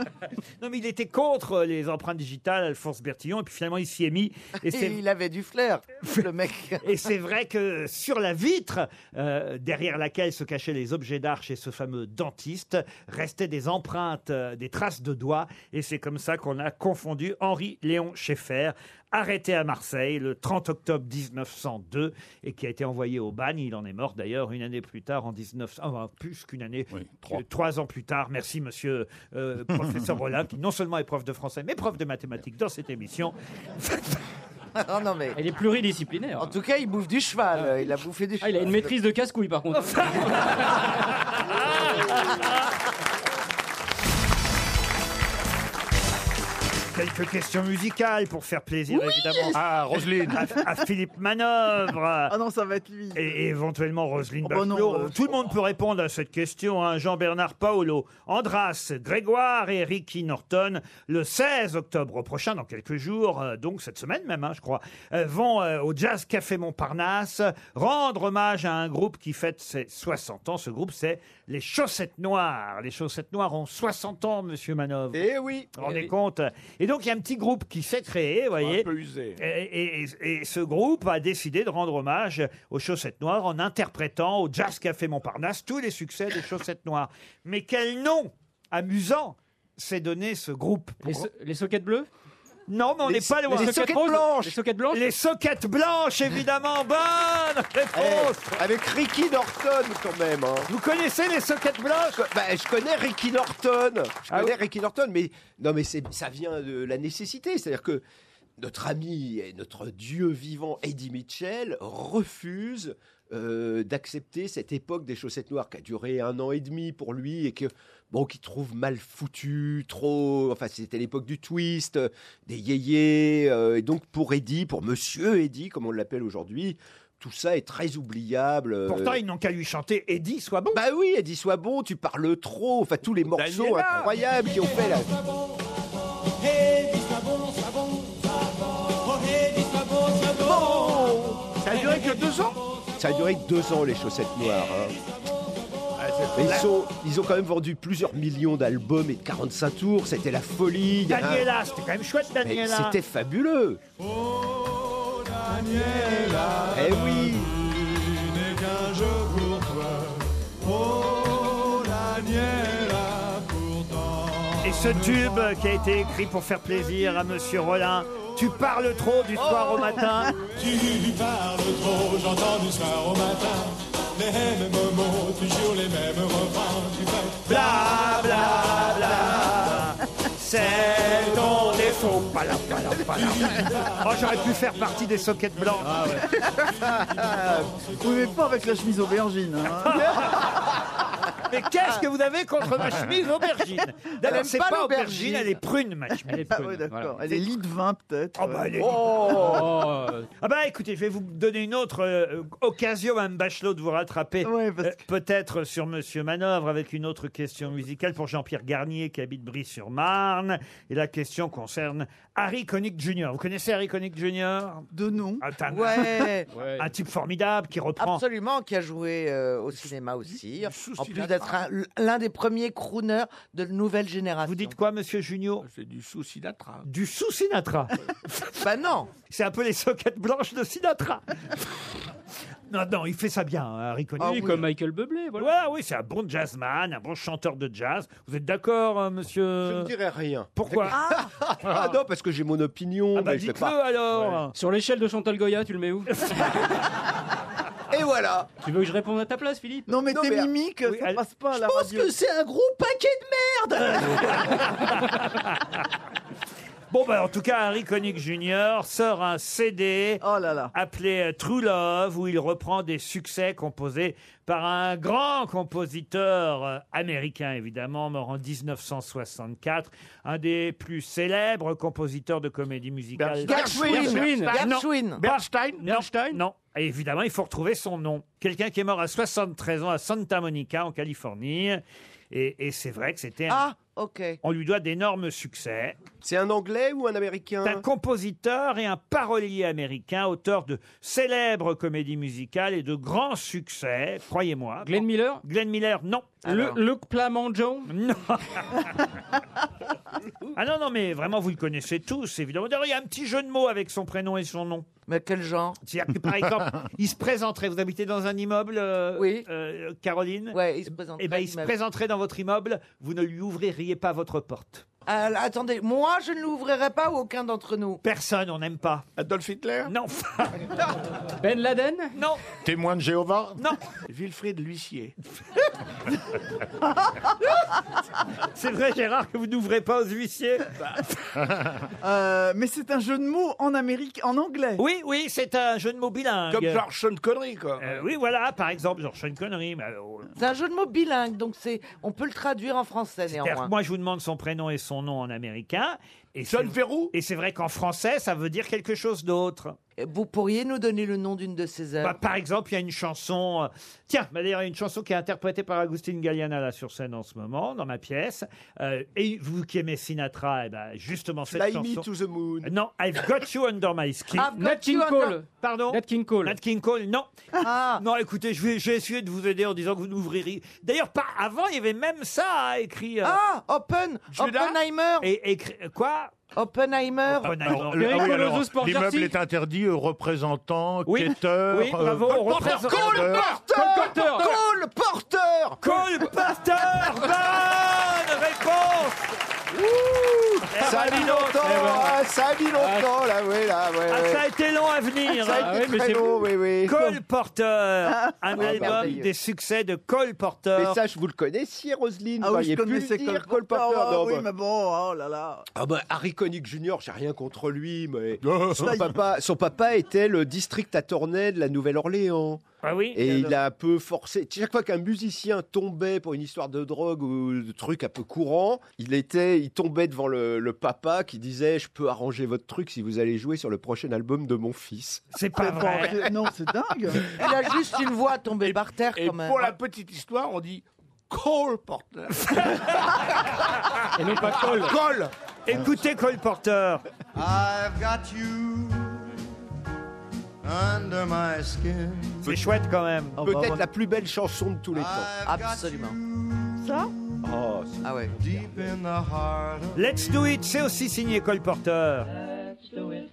B: non, mais il était contre les empreintes digitales, Alphonse Bertillon, et puis finalement il s'y est mis. Et
H: Et
B: c'est
H: il avait du flair, le mec.
B: et c'est vrai que sur la vitre, euh, derrière laquelle se cachaient les objets d'art chez ce fameux dentiste, restaient des empreintes, euh, des traces de doigts. Et c'est comme ça qu'on a confondu Henri Léon Schaeffer arrêté à Marseille le 30 octobre 1902 et qui a été envoyé au bagne. Il en est mort d'ailleurs une année plus tard en 19... Enfin, plus qu'une année, euh, trois. ans plus tard. Merci monsieur euh, professeur Rollin qui non seulement est prof de français mais prof de mathématiques dans cette émission.
H: Oh non mais.
E: Il est pluridisciplinaire.
H: En tout cas, il bouffe du cheval. euh, Il a bouffé du cheval.
E: Ah, il a une maîtrise de casse-couille par contre.
B: Quelques questions musicales pour faire plaisir
C: Oui
B: évidemment
C: Ah, Roselyne.
B: à, à Philippe Manœuvre.
C: Ah non, ça va être lui.
B: Et éventuellement Roselyne
C: Oh bah non,
B: Bachelot.
C: euh,
B: Tout le monde peut répondre à cette question. hein. Jean-Bernard Paolo, Andras, Grégoire et Ricky Norton, le 16 octobre prochain, dans quelques jours, euh, donc cette semaine même, hein, je crois, euh, vont euh, au Jazz Café Montparnasse rendre hommage à un groupe qui fête ses 60 ans. Ce groupe, c'est les Chaussettes Noires. Les Chaussettes Noires ont 60 ans, monsieur Manov.
D: Eh oui
B: Vous vous rendez compte Et donc, il y a un petit groupe qui s'est créé, vous voyez.
G: Un peu usé.
B: Et, et- et- et ce groupe a décidé de rendre hommage aux chaussettes noires en interprétant au Jazz Café Montparnasse tous les succès des chaussettes noires. Mais quel nom amusant s'est donné ce groupe Les,
E: soquettes bleues
B: Non, mais on
E: Les
B: n'est pas
E: so-
B: loin.
E: les Les soquettes soquettes roses blanches. Les soquettes blanches
B: Les soquettes blanches, évidemment. Bonne réponse
D: Eh, Avec Ricky Norton quand même. hein.
B: Vous connaissez les soquettes blanches Ah
D: Je connais Ricky Norton. Je connais Ricky Norton, mais non, mais c'est- ça vient de la nécessité. C'est-à-dire que notre ami et notre dieu vivant Eddie Mitchell refuse. euh, d'accepter cette époque des chaussettes noires qui a duré un an et demi pour lui et que bon qu'il trouve mal foutu trop enfin c'était l'époque du twist euh, des yéyés euh, et donc pour Eddie pour monsieur Eddie comme on l'appelle aujourd'hui tout ça est très oubliable euh,
B: Pourtant, ils n'ont qu'à lui chanter Eddie, sois bon.
D: bah oui, Eddie, sois bon, tu parles trop. Enfin, tous les morceaux
K: Daniela.
D: incroyables qui ont fait là.
K: Oh,
G: Ça a duré que deux ans
D: Ça a duré deux ans, les chaussettes noires. hein. Mais ils, sont- ils ont quand même vendu plusieurs millions d'albums et de 45 tours. C'était la folie. Il y a-
B: Daniela, c'était quand même chouette,
D: Mais
B: Daniela.
D: C'était fabuleux. Eh oui.
K: Oh,
B: Et ce tube qui a été écrit pour faire plaisir à Monsieur Rollin, tu parles trop du soir au matin.
D: Oh.
K: Tu parles trop, j'entends du soir au matin. Les mêmes mots, toujours les mêmes refrains. Tu fais bla bla bla.
B: C'est ton défaut. Pala, pala, pala. Oh, j'aurais pu faire partie des soquettes blancs.
C: Ah oui, mais pas avec la chemise aubergine. hein.
B: Mais qu'est-ce que vous avez contre ma chemise aubergine
C: Elle
B: D'ailleurs,
C: aime
B: c'est
C: pas
B: pas aubergine,
C: l'aubergine.
B: elle est prune, ma chemise.
C: Ah oui, d'accord. Elle est lit de vin, peut-être. Oh.
B: Oh, bah, elle est- Ah bah écoutez, je vais vous donner une autre euh, occasion, Mme Bachelot, de vous rattraper. euh, Peut-être sur Monsieur Manœuvre avec une autre question musicale pour Jean-Pierre Garnier qui habite Brie-sur-Marne. Et la question concerne Harry Connick Jr. Vous connaissez Harry Connick Jr.
C: De nom.
B: Un,
H: Ouais.
B: un type formidable qui reprend.
H: Absolument, qui a joué euh, au cinéma aussi. En plus
B: Sinatra.
H: d'être un- l'un des premiers crooners de nouvelle génération. Vous
B: dites quoi, monsieur Junio
G: Ah, C'est du sous Sinatra.
B: Du sous Sinatra
H: Bah non
B: C'est un peu les soquettes blanches de Sinatra Non, non, il fait ça bien, hein, Harry Connick.
E: Ah oui, comme Michael Bublé,
B: voilà. oui, c'est un bon jazzman, un bon chanteur de jazz. Vous êtes d'accord, hein, monsieur
D: Je ne dirais rien.
B: Pourquoi
D: Ah non, parce que j'ai mon opinion.
E: bah
D: mais je vais
E: dites-le,
D: pas.
B: Ah alors
E: Sur l'échelle de Chantal Goya, tu le mets où
D: Et voilà
E: Tu veux que je réponde à ta place, Philippe
C: Non, mais tes mimiques, ça passe pas à la radio.
D: un gros paquet de merde
B: Bon, bah, en tout cas, Harry Connick Jr. sort un CD appelé euh, True Love, où il reprend des succès composés par un grand compositeur euh, américain, évidemment, mort en 1964, un des plus célèbres compositeurs de comédie musicale.
H: Gershwin. Gershwin.
B: Non.
H: Gershwin.
B: Bernstein Non. Non. Et évidemment, il faut retrouver son nom. Quelqu'un qui est mort à 73 ans à Santa Monica, en Californie. Et, et c'est vrai que c'était un-
H: Ah, ok.
B: on lui doit d'énormes succès.
D: C'est un Anglais ou un Américain
B: C'est un compositeur et un parolier américain, auteur de célèbres comédies musicales et de grands succès, croyez-moi. Glenn
E: Miller
B: Glenn Miller, non.
E: Le- Luc Plamondon
B: Non. ah non, non, mais vraiment, vous le connaissez tous, évidemment. D'ailleurs, il y a un petit jeu de mots avec son prénom et son nom.
H: Mais quel genre
B: C'est-à-dire que, par exemple, il se présenterait, vous habitez dans un immeuble, euh, euh, Caroline
H: Ouais, il se présenterait.
B: Eh ben, il se
H: il m'a-
B: présenterait dans votre immeuble, vous ne lui ouvririez pas votre porte.
H: Euh, attendez, moi, je ne l'ouvrirai pas à aucun d'entre nous.
B: Personne, on n'aime pas.
G: Adolf Hitler
B: Non.
E: Ben Laden
B: Non.
F: Témoin de Jéhovah
B: Non.
G: Wilfried l'huissier.
B: C'est vrai, Gérard, que vous n'ouvrez pas aux huissiers
C: Euh, mais c'est un jeu de mots en Amérique, en anglais.
B: Oui, oui, c'est un jeu de mots bilingue.
G: Comme genre Sean Connery, quoi.
B: Euh, oui, voilà, par exemple, genre Sean Connery. mais, euh,
H: C'est un jeu de mots bilingue, donc c'est, on peut le traduire en français
B: c'est-à-dire
H: néanmoins.
B: que moi, je vous demande son prénom et son nom en américain. Et John Verrou Et c'est vrai qu'en français, ça veut dire quelque chose d'autre.
H: Vous pourriez nous donner le nom d'une de ses œuvres
B: Bah, par exemple, il y a une chanson. euh, Tiens, bah, d'ailleurs, il y a une chanson qui est interprétée par Agustin Galliana là sur scène en ce moment, dans ma pièce. Euh, et vous qui aimez Sinatra, eh ben, justement cette
D: Fly
B: chanson.
D: me to the moon.
B: Euh, Non, I've got you under my skin.
H: I've got Nat King you under- Cole.
B: Pardon
E: Nat King Cole.
B: Nat King Cole, non. Non, écoutez, je vais, j'ai essayé de vous aider en disant que vous n'ouvririez. D'ailleurs, pas avant, il y avait même ça hein, écrit. euh,
H: Ah, Open,
B: Judas
H: Oppenheimer,
B: et écrit quoi
H: Oppenheimer.
B: Oppenheimer.
F: Alors,
E: Eric
F: ah oui,
E: Colosso,
F: alors,
E: sport
F: L'immeuble
E: Jersey.
F: est interdit aux représentants,
B: Oui.
F: quêteurs.
B: Oui,
F: euh,
B: bravo, on représente-
H: Porteur,
E: Colporteur.
H: Cole Porteur.
B: Cole Porter Bonne réponse
D: Ça a mis longtemps,
K: hein,
D: ah, ça a mis longtemps, là, oui, là, ouais,
B: Eh ben. Ah,
D: ouais.
B: ça a été long à venir
D: Ça
K: Ah
B: hein.
D: a
E: oui,
D: été
E: mais
D: très
E: c'est-
D: long, oui, oui.
B: Cole Porter Un
D: oui,
B: album
D: merveilleux.
B: des succès de Cole Porter.
D: Mais ça, je vous le connaissiez, Roselyne.
C: Ah
D: vous
C: oui, je
D: auriez pu
C: connaissais
D: le dire, Cole
C: Porter,
D: Porter.
C: ah
D: Non,
C: oui,
D: bah-
C: mais bon, oh là là.
D: Ah bah, Harry Connick Jr., j'ai rien contre lui, mais son, papa, son papa était le district attorney de la Nouvelle-Orléans.
B: Ah oui
D: Et il a un peu forcé. Chaque fois qu'un musicien tombait pour une histoire de drogue ou de truc un peu courant, il était, il tombait devant le, le papa qui disait Je peux arranger votre truc si vous allez jouer sur le prochain album de mon fils.
B: C'est pas vrai.
C: Bon, non, c'est dingue.
H: Il a juste une voix tombée par terre
G: Et
H: quand même. hein.
G: pour la petite histoire, on dit Cole Porter.
E: Et non pas Cole.
G: Cole
B: Ah. Écoutez Cole Porter.
M: I've got you under my skin.
B: C'est chouette quand même. Oh,
D: Peut-être la plus belle chanson de tous les temps.
N: Ah.
M: I've got
H: Absolument.
C: Ça
D: Oh, c'est-
H: Ah ouais.
M: deep in the
H: Ah
M: heart of
B: Let's Do It, c'est aussi signé Cole Porter.
C: C'est bien,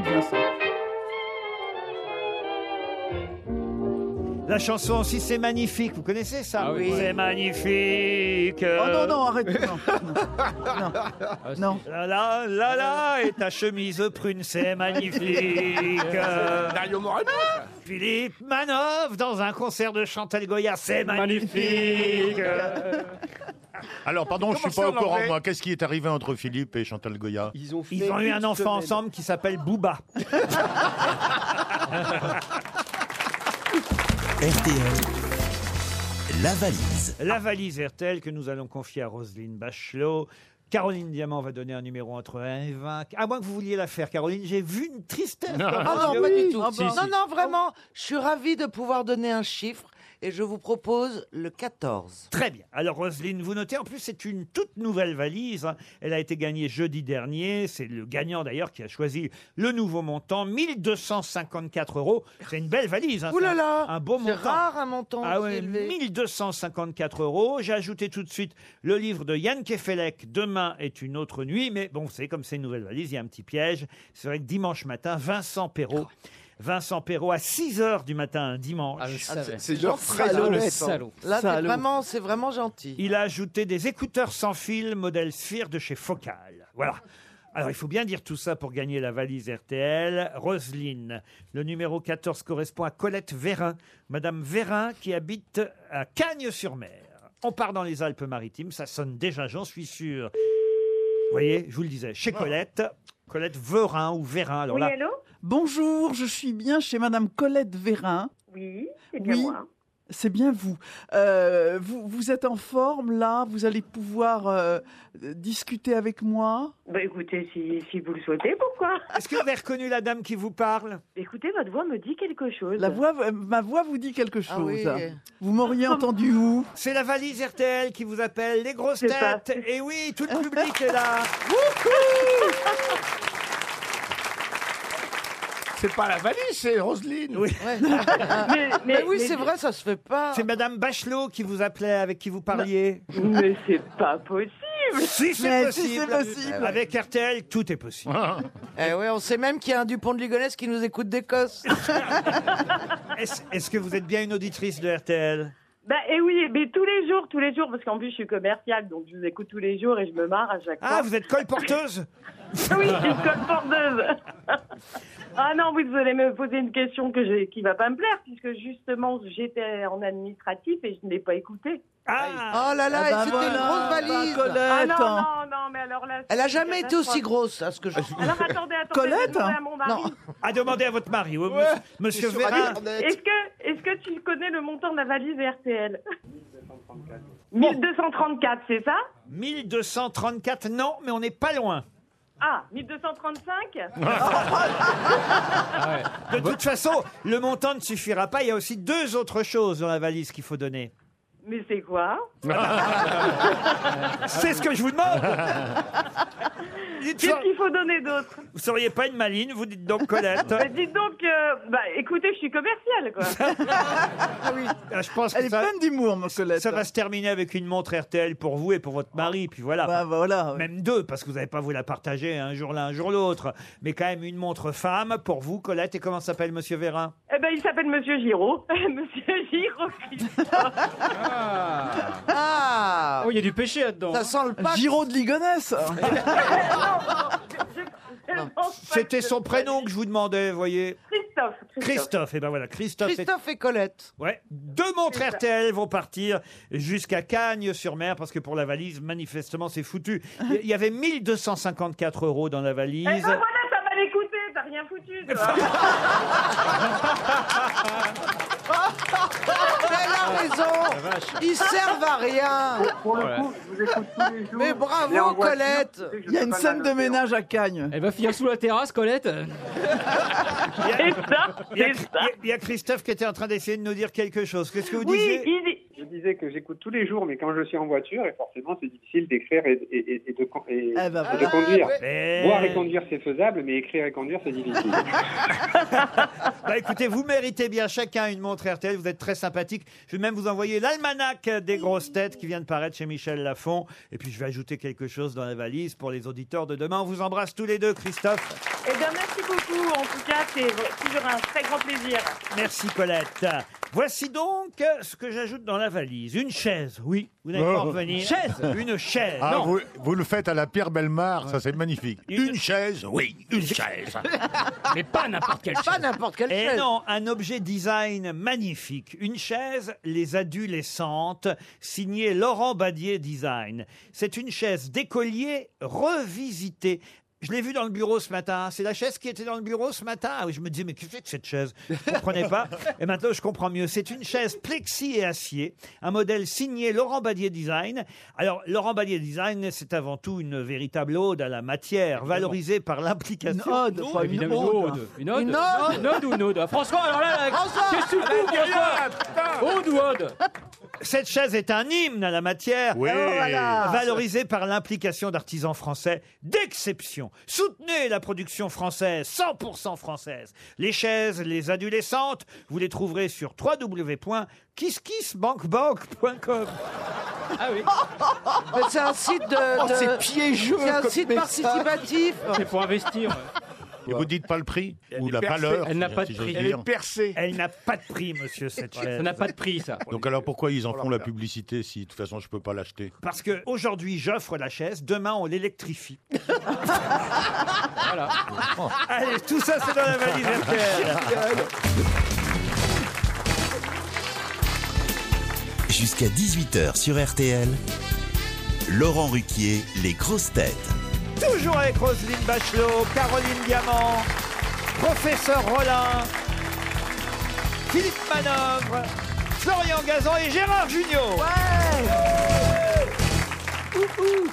C: bien ça.
B: La chanson aussi, c'est magnifique. Vous connaissez ça
E: Ah oui.
B: C'est magnifique.
C: Oh non, non, arrête. Non, non. non.
B: La la la la et ta chemise prune, c'est magnifique. Euh,
G: Dario Moreno
B: Philippe Manov dans un concert de Chantal Goya, c'est magnifique. Euh,
F: Alors, pardon, je
G: Comment
F: suis pas
G: ça,
F: au courant,
G: l'anglais
F: moi. Qu'est-ce qui est arrivé entre Philippe et Chantal Goya
D: Ils ont, fait
B: Ils ont eu
D: une
B: un enfant
D: semaine.
B: ensemble qui s'appelle Booba.
I: RTL, la valise.
B: La valise RTL que nous allons confier à Roselyne Bachelot. Caroline Diamant va donner un numéro entre 1 et 20. À moins que vous vouliez la faire, Caroline, j'ai vu une tristesse. dans
H: Ah
B: vos
H: non,
B: yeux.
H: pas du tout.
C: Ah bah.
H: Non, non, vraiment, je suis ravie de pouvoir donner un chiffre et je vous propose le 14.
B: Très bien. Alors, Roselyne, vous notez, en plus, c'est une toute nouvelle valise. hein. Elle a été gagnée jeudi dernier. C'est le gagnant, d'ailleurs, qui a choisi le nouveau montant, 1254 euros. C'est une belle valise. hein.
H: Ouh là là
B: C'est Un beau
H: C'est
B: montant.
H: rare un montant
B: Ah
H: aussi
B: ouais,
H: élevé.
B: 1254 euros. J'ai ajouté tout de suite le livre de Yann Kefelec, Demain est une autre nuit. Mais bon, c'est comme c'est une nouvelle valise, il y a un petit piège. C'est vrai que dimanche matin, Vincent Perrault. Vincent Perrault à 6 h du matin un dimanche.
E: Ah, le savais.
D: C'est genre
E: Ah,
D: très
E: le
D: honnête, hein.
E: salaud.
H: Là, c'est
C: Salaud.
H: vraiment, c'est vraiment gentil.
B: Il a ajouté des écouteurs sans fil modèle Sphere de chez Focal. Voilà. Alors, il faut bien dire tout ça pour gagner la valise RTL. Roselyne, le numéro 14 correspond à Colette Vérin. Madame Vérin qui habite à Cagnes-sur-Mer. On part dans les Alpes-Maritimes, ça sonne déjà, j'en suis sûr. Vous voyez, je vous le disais, chez Colette. Colette Vérin ou Vérin. Alors
O: Oui,
B: là,
O: allô
C: Bonjour, je suis bien chez Madame Colette Vérin.
O: Oui, c'est bien
C: Oui.
O: moi.
C: C'est bien vous. Euh, vous. Vous êtes en forme là Vous allez pouvoir euh, discuter avec moi
O: Bah écoutez, si, si vous le souhaitez, pourquoi
B: est-ce que vous avez reconnu la dame qui vous parle
O: Écoutez, votre voix me dit quelque chose.
C: La voix, euh, Ma voix vous dit quelque chose.
H: Ah oui.
C: Vous
O: Ah,
C: m'auriez entendu où
B: C'est la valise RTL qui vous appelle, les grosses
O: C'est pas-
B: têtes. Et oui, tout le public est là.
G: C'est pas la valise, c'est Roselyne.
B: Oui.
H: Ouais.
O: Mais, mais-
H: Mais oui,
O: mais-
H: c'est vrai, ça se fait pas.
B: C'est Madame Bachelot qui vous appelait, avec qui vous parliez.
O: Mais c'est pas possible.
B: Si c'est
C: Mais si,
B: possible.
C: c'est possible.
B: Avec RTL, tout est possible.
H: Eh ouais, on sait même qu'il y a un Dupont de Ligonnès qui nous écoute d'Écosse.
B: Est-ce est-ce que vous êtes bien une auditrice de RTL
O: Bah, et oui, mais tous les jours, tous les jours, parce qu'en plus, je suis commerciale, donc je vous écoute tous les jours et je me marre à chaque fois.
B: Ah, vous êtes colporteuse
O: Oui, je suis colporteuse. ah non, oui, vous allez me poser une question que je, qui va pas me plaire, puisque justement, j'étais en administratif et je ne l'ai pas écouté.
H: Ah, oh là là,
O: Ah bah
H: et c'était
O: voilà,
H: une grosse valise.
O: Ah non, non, non, mais alors là...
H: Elle a
O: c'est
H: jamais été
O: catastrophe.
H: aussi grosse, à ce que je.
O: Alors attendez, attendez, Colette je vais demander à mon mari.
B: À demander à votre mari, oui, monsieur
O: Est-ce
B: Vérin.
O: que, est-ce que tu connais le montant de la valise RTL 1234, c'est ça
B: 1234, non, mais on n'est pas loin.
O: Ah, 1235
B: De toute façon, le montant ne suffira pas. Il y a aussi deux autres choses dans la valise qu'il faut donner.
O: Mais c'est quoi
B: C'est ce que je vous demande.
O: Qu'est-ce qu'il faut donner d'autre
B: Vous seriez pas une maline, vous dites donc Colette.
O: Bah, Dites donc, euh, bah, écoutez, je suis commerciale, quoi.
B: Ah, Je pense
O: Elle
B: que
O: est
B: ça,
O: pleine
B: d'humour, Ça va se terminer avec une montre RTL pour vous et pour votre mari, puis voilà.
O: Bah,
B: Même deux, parce que vous n'allez pas vous la partager un jour l'un, un jour l'autre. Mais quand même une montre femme pour vous, Colette. Et comment s'appelle Monsieur Vérin
O: Eh ben, il s'appelle Monsieur Giraud. Monsieur Giraud.
H: Ah
E: Oh, il y a du péché là-dedans.
H: Ça sent
B: hein.
H: le
E: pain.
C: Giraud de Ligonesse
B: C'était son prénom que je vous demandais, voyez.
O: Christophe.
B: hein, Christophe, et ben voilà, Christophe. est-
H: Christophe et Colette.
B: Ouais, deux montres RTL vont partir jusqu'à Cagnes-sur-Mer parce que pour la valise, manifestement, c'est foutu. Il y- Il y avait 1254 euros dans la
O: Eh
B: valise.
O: ben, voilà, ça va l'écouter, t'as rien foutu, tu vois.
H: Elle a
B: Ah,
H: raison. Ils servent à rien.
C: Pour le coup,
H: je vous écoute tous les jours. Mais bravo, Colette.
C: Il y a une scène de ménage à Cagnes.
E: Elle va finir sous la terrasse, Colette
B: Il y a- il y a Christophe qui était en train d'essayer de nous dire quelque chose. Qu'est-ce que vous disiez
N: Je disais que j'écoute tous les jours, mais quand je suis en voiture, et forcément, c'est difficile d'écrire et, et- et- et de, con- et-
C: Eh ben
N: et de
C: voilà.
N: conduire.
B: Eh.
N: Boire et conduire, c'est faisable, mais écrire et conduire, c'est difficile.
B: Bah écoutez, vous méritez bien chacun une montre RTL, vous êtes très sympathique. Je vais même vous envoyer l'almanach des grosses têtes qui vient de paraître chez Michel Lafon. Et puis je vais ajouter quelque chose dans la valise pour les auditeurs de demain. On vous embrasse tous les deux, Christophe.
O: Eh bien, merci beaucoup. En tout cas, c'est toujours un très grand plaisir.
B: Merci Colette. Voici donc ce que j'ajoute dans la valise. Une chaise, oui. Vous n'allez pas en revenir. Une chaise.
F: Ah,
B: non.
F: vous, vous le faites à la Pierre Belmar, ça c'est magnifique. Une chaise, oui, une chaise.
E: Mais pas
B: Ah,
E: n'importe quelle
H: Pas n'importe quelle
B: Et
H: chaise.
B: Eh non, un objet design magnifique. Une chaise, les adolescentes, signée Laurent Badier Design. C'est une chaise d'écolier revisitée. Je l'ai vue dans le bureau ce matin. C'est la chaise qui était dans le bureau ce matin. Ah oui, je me disais, mais qu'est-ce que c'est que cette chaise Je comprenais pas. Et maintenant, je comprends mieux. C'est une chaise plexi et acier, un modèle signé Laurent Badier Design. Alors, Laurent Badier Design, c'est avant tout une véritable ode à la matière, valorisée par l'implication.
C: Une ode, pas une
E: Évidemment, une
C: ode.
E: ode. Une ode
C: Une ode.
E: Une ode ou une ode Ah, François, alors là, là
C: François
E: qu'est-ce que tu fous, François Ode ou ode
B: Cette chaise est un hymne à la matière,
H: Oh,
E: Oui. Ah, voilà.
B: valorisée par l'implication d'artisans français d'exception. Soutenez la production française, 100% française. Les chaises, les adolescentes, vous les trouverez sur www.kisskissbankbank.com.
E: Ah oui
H: Mais c'est un site de.
E: Oh,
H: de-
E: c'est piégeux
H: C'est un
E: comme
H: site
E: message.
H: participatif.
E: C'est pour investir.
F: Et vous dites pas le prix ou la
E: percée.
F: valeur.
E: Elle n'a pas
F: si
E: de
F: j'ose
E: prix.
F: dire.
E: Elle est
G: percée.
B: Elle n'a pas de prix, monsieur, cette chaise.
E: Ça n'a pas de prix, ça.
F: Donc alors pourquoi ils en
B: Oh
F: font la publicité si de toute façon je peux pas l'acheter
B: Parce que aujourd'hui j'offre la chaise, demain on l'électrifie. voilà. Allez, tout ça c'est dans la valise RTL.
I: Jusqu'à 18h sur RTL, Laurent Ruquier, les grosses têtes.
B: Toujours avec Roselyne Bachelot, Caroline Diamant, Professeur Rollin, Philippe Manœuvre, Florian Gazan et Gérard Junior.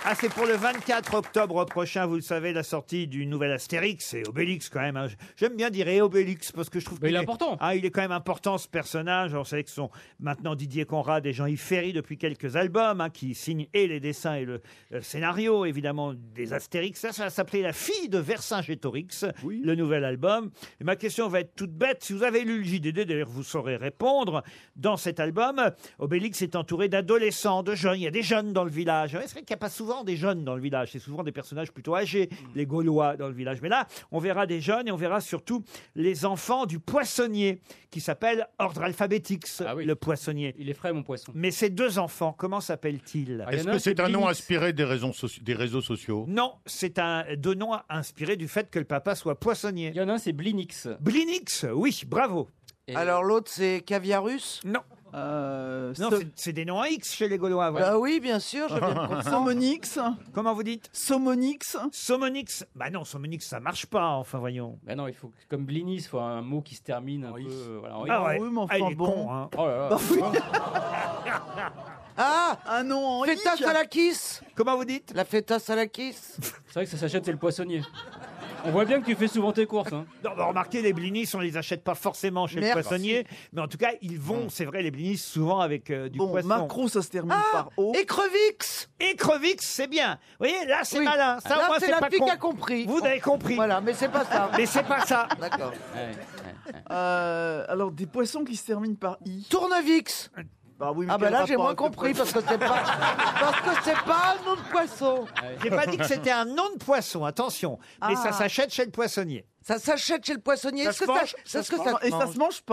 B: Ah, c'est pour le 24 octobre prochain, vous le savez, la sortie du nouvel Astérix et Obélix quand même. hein. J'aime bien dire et Obélix parce que je trouve
E: Mais il
B: qu'il
E: est important.
B: Ah, il est quand même important ce personnage. On sait que sont maintenant Didier Conrad et Jean-Yves Ferry depuis quelques albums hein, qui signent et les dessins et le euh, scénario évidemment des Astérix. Ça, ça va s'appeler La fille de Vercingétorix, le nouvel album. Et ma question va être toute bête. Si vous avez lu le JDD, d'ailleurs, vous saurez répondre. Dans cet album, Obélix est entouré d'adolescents, de jeunes. Il y a des jeunes dans le village. Ouais, C'est vrai qu'il n'y a pas souvent rarement des jeunes dans le village. C'est souvent des personnages plutôt âgés, les Gaulois dans le village. Mais là, on verra des jeunes et on verra surtout les enfants du poissonnier qui s'appelle Ordre Alphabetix, le poissonnier. Ah Il est frais, mon poisson. Ah, Mais ces deux enfants, comment s'appellent-ils
E: Ah,
F: Est-ce que c'est un nom inspiré des, raisons soci- des réseaux sociaux
B: non, c'est un deux noms inspirés du fait que le papa soit poissonnier. Il y en a un, c'est Blinix. Blinix, oui, bravo.
H: Alors l'autre, c'est Caviarus
B: Non.
C: Euh,
B: non,
H: Sto-
B: c'est- c'est des noms à X chez les Gaulois.
H: Bah oui, bien sûr, je viens de comprendre.
B: Somonix. Comment vous dites Somonix. Somonix. Bah non, Somonix, ça marche pas, enfin voyons.
E: Bah non, il faut que- comme Blinis, il faut un mot qui se termine un peu. euh, voilà, en
B: Ah
E: is.
B: ouais. Ah, il est con, hein.
E: Oh là là.
B: Bah oui.
H: Ah
C: Un nom en
H: Feta
C: hic.
H: Salakis
B: Comment vous dites
H: La feta Salakis C'est
E: vrai que ça s'achète, c'est le poissonnier. On voit bien que tu fais souvent tes courses. Hein.
B: Non, bah, remarquez, les blinis, on les achète pas forcément chez
E: Merci.
B: le poissonnier, mais en tout cas, ils vont, c'est vrai, les blinis, souvent avec euh, du poisson.
C: Mmh. Macron, ça se termine par O.
H: Ah Écrevix
B: Écrevix, c'est bien. Vous voyez, là, c'est
H: Oui.
B: malin. Ça,
H: Là,
B: au moins,
H: c'est
B: c'est
H: la
B: pas
H: fille
B: con.
H: qui a compris.
B: Vous avez compris.
H: Voilà, mais c'est pas ça.
B: Mais c'est pas ça.
H: D'accord.
C: Euh, alors, des poissons qui se terminent par I.
H: Tournevix
C: Bah oui, mais
H: Ah bah
C: quel
H: là
C: rapport
H: j'ai moins
C: avec le
H: compris parce
C: poisson
H: que c'est pas parce que c'est pas un nom de poisson.
B: J'ai pas dit que c'était un nom de poisson, attention. Mais
H: Ah.
B: ça s'achète chez le poissonnier.
H: Ça s'achète chez le poissonnier. Est-ce que ça, est-ce que ça
B: pas.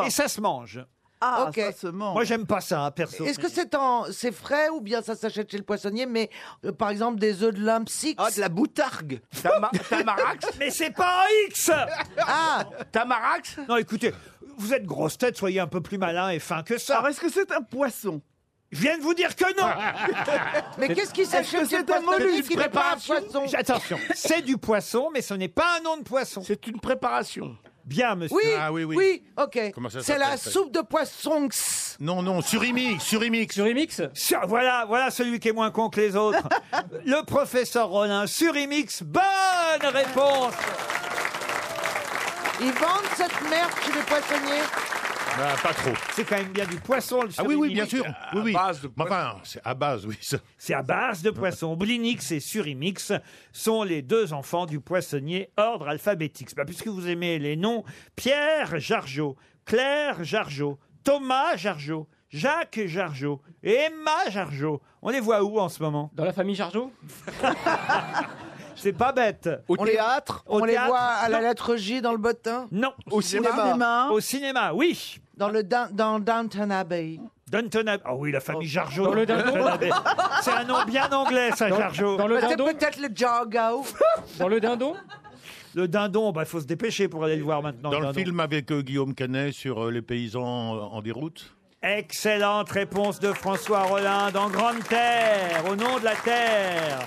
B: Et ça se mange.
H: Ah, Ok. ça se mange.
B: Moi, j'aime pas
H: Ah,
B: ça, hein, perso.
H: Est-ce que c'est en c'est frais ou bien ça s'achète chez le poissonnier Mais euh, par exemple des œufs de limbe six. Ah de la boutargue.
B: Tamarax Mais c'est pas un X
H: Ah
B: Tamarax Non, écoutez, vous êtes grosse tête, soyez un peu plus malin et fin que ça. Alors,
C: est-ce que c'est un poisson
B: Je viens de vous dire que non
H: Mais qu'est-ce qui s'achète chez le poissonnier qui n'est pas un poisson
B: Attention, c'est du poisson, mais ce n'est pas un nom de poisson. C'est une préparation. Bien, monsieur.
H: Oui, oui, oui. ok.
F: Comment ça
H: C'est la
F: s'appelle, ça
H: soupe de poisson.
F: Non, non, surimi, surimix.
E: Surimix
B: Sur- Voilà, voilà celui qui est moins con que les autres. le professeur Rollin sur Imix. Bonne réponse.
H: Ils vendent cette merde chez les poissonniers.
F: Bah, pas trop.
B: C'est quand même bien du poisson, le Euh,
F: Ah oui, oui,
B: surimi.
F: bien sûr. Oui, oui. Mais Enfin, c'est à base, oui. ça.
B: C'est à base de poisson. Blinix et Surimix sont les deux enfants du poissonnier ordre alphabétique. Bah, puisque vous aimez les noms, Pierre Jargeau, Claire Jargeau, Thomas Jargeau, Jacques Jargeau et Emma Jargeau. On les voit où en ce moment
E: Dans la famille Jargeau
B: C'est pas bête.
H: On les théâtre,
B: Au
H: on les
B: théâtre,
H: voit à la
B: non.
H: lettre J dans le bottin.
B: Non.
H: Au cinéma.
B: Au cinéma, oui.
H: Dans le down- dans Downton Abbey.
B: Downton Abbey. Ah oui, la famille Jargeau.
H: Oh, Dans le
B: Downton
H: dindon.
B: Abbey. C'est un nom bien anglais, ça,
H: Dans-
B: Jargeau.
H: dans le Bah, C'est dindon. peut-être le Jargao.
E: Dans le dindon
B: Le dindon, il faut se dépêcher pour aller le voir maintenant.
F: Dans le
B: dindon.
F: film avec euh, Guillaume Canet sur euh, les paysans euh, en déroute
B: Excellente réponse de François Rollin dans Grande Terre, au nom de la Terre.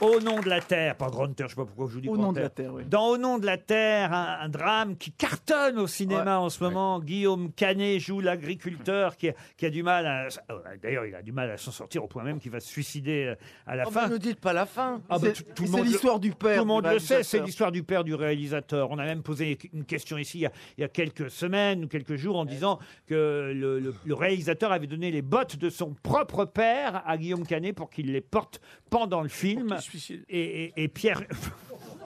B: Au nom de la Terre, pas Grande Terre, je sais pas pourquoi je vous dis
C: Au
B: Grande
C: nom de la Terre, oui.
B: Dans Au nom de la Terre, un, un drame qui cartonne au cinéma en ce moment. Guillaume Canet joue l'agriculteur qui, a- qui a du mal à... oh, D'ailleurs, il a du mal à s'en sortir au point même qu'il va se suicider euh, à la
H: Oh,
B: fin.
H: mais ne dites pas la fin.
B: Ah, bah,
H: C'est-
B: tout- tout le
H: c'est
B: monde le-
H: l'histoire du père
B: Tout le
H: du
B: monde le sait, c'est
H: réalisateur.
B: l'histoire du père du réalisateur. On a même posé une question ici il y a, il y a quelques semaines ou quelques jours en disant que le, le- le réalisateur avait donné les bottes de son propre père à Guillaume Canet pour qu'il les porte pendant le film. Et, et- et Pierre.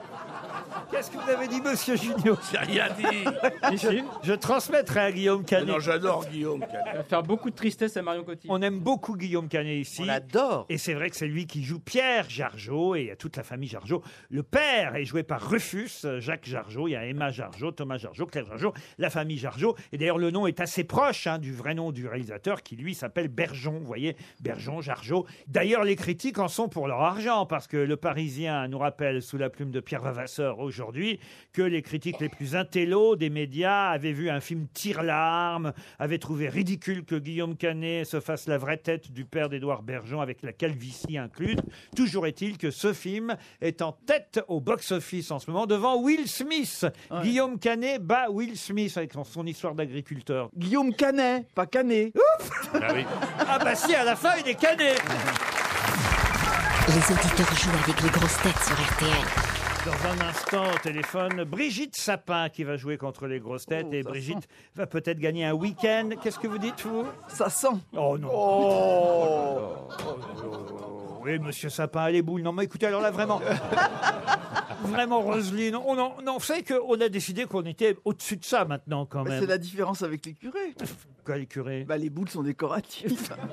B: Qu'est-ce que vous avez dit, monsieur Junio
G: J'ai rien dit.
B: je, je transmettrai à Guillaume Canet.
G: Non, j'adore Guillaume. Canet.
E: Ça va faire beaucoup de tristesse à Marion Cotillard.
B: On aime beaucoup Guillaume Canet ici. On
H: adore.
B: Et c'est vrai que c'est lui qui joue Pierre Jargeau et il y a toute la famille Jargeau. Le père est joué par Rufus, euh, Jacques Jargeau, il y a Emma Jargeau, Thomas Jargeau, Claire Jargeau, la famille Jargeau. Et d'ailleurs, le nom est assez proche hein, du vrai nom du réalisateur qui, lui, s'appelle Bergeon. Vous voyez, Bergeon, Jargeau. D'ailleurs, les critiques en sont pour leur argent parce que le Parisien nous rappelle sous la plume de Pierre Vavasseur aujourd'hui que les critiques les plus intellos des médias avaient vu un film tire-larme, avaient trouvé ridicule que Guillaume Canet se fasse la vraie tête du père d'Édouard Bergeon avec la calvitie incluse. Toujours est-il que ce film est en tête au box-office en ce moment devant Will Smith. Guillaume Canet bat Will Smith avec son- son histoire d'agriculteur.
C: Guillaume Canet, pas Canet.
F: Ah oui.
B: Ah bah si, à la fin, il est Canet
A: Les auditeurs jouent avec les grosses têtes sur RTL.
B: Dans un instant, au téléphone, Brigitte Sapin qui va jouer contre les grosses têtes
C: Oh,
B: et Brigitte va peut-être gagner un week-end. Qu'est-ce que vous dites, vous
C: Ça sent. Oh.
B: Oh non. Oui, monsieur Sapin, les boules. Non, mais écoutez, alors là, vraiment. vraiment, Roselyne, on, en- on en fait qu'on a décidé qu'on était au-dessus de ça maintenant, quand
C: Bah,
B: même.
C: c'est la différence avec les curés.
B: Quoi, les curés
C: bah, Les boules sont décoratives.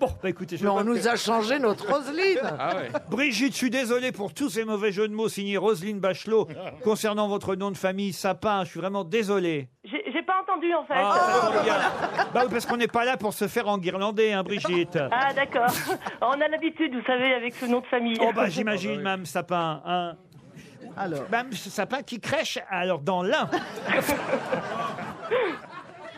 B: Bon, bah écoutez, je
H: Mais on
B: vois
H: nous
B: que-
H: a changé notre Roselyne.
B: Ah Brigitte, je suis désolé pour tous ces mauvais jeux de mots signés Roselyne Bachelot concernant votre nom de famille, Sapin. Je suis vraiment désolé.
O: J'ai j'ai pas entendu en fait.
B: Ah, ça tombe bien. Bah oui, parce qu'on n'est pas là pour se faire enguirlander, hein, Brigitte.
O: Ah, d'accord. On a l'habitude, vous savez, avec ce nom de famille.
B: Oh bah j'imagine, Mme Sapin. Hein. Alors. Mme Sapin qui crèche alors dans l'un.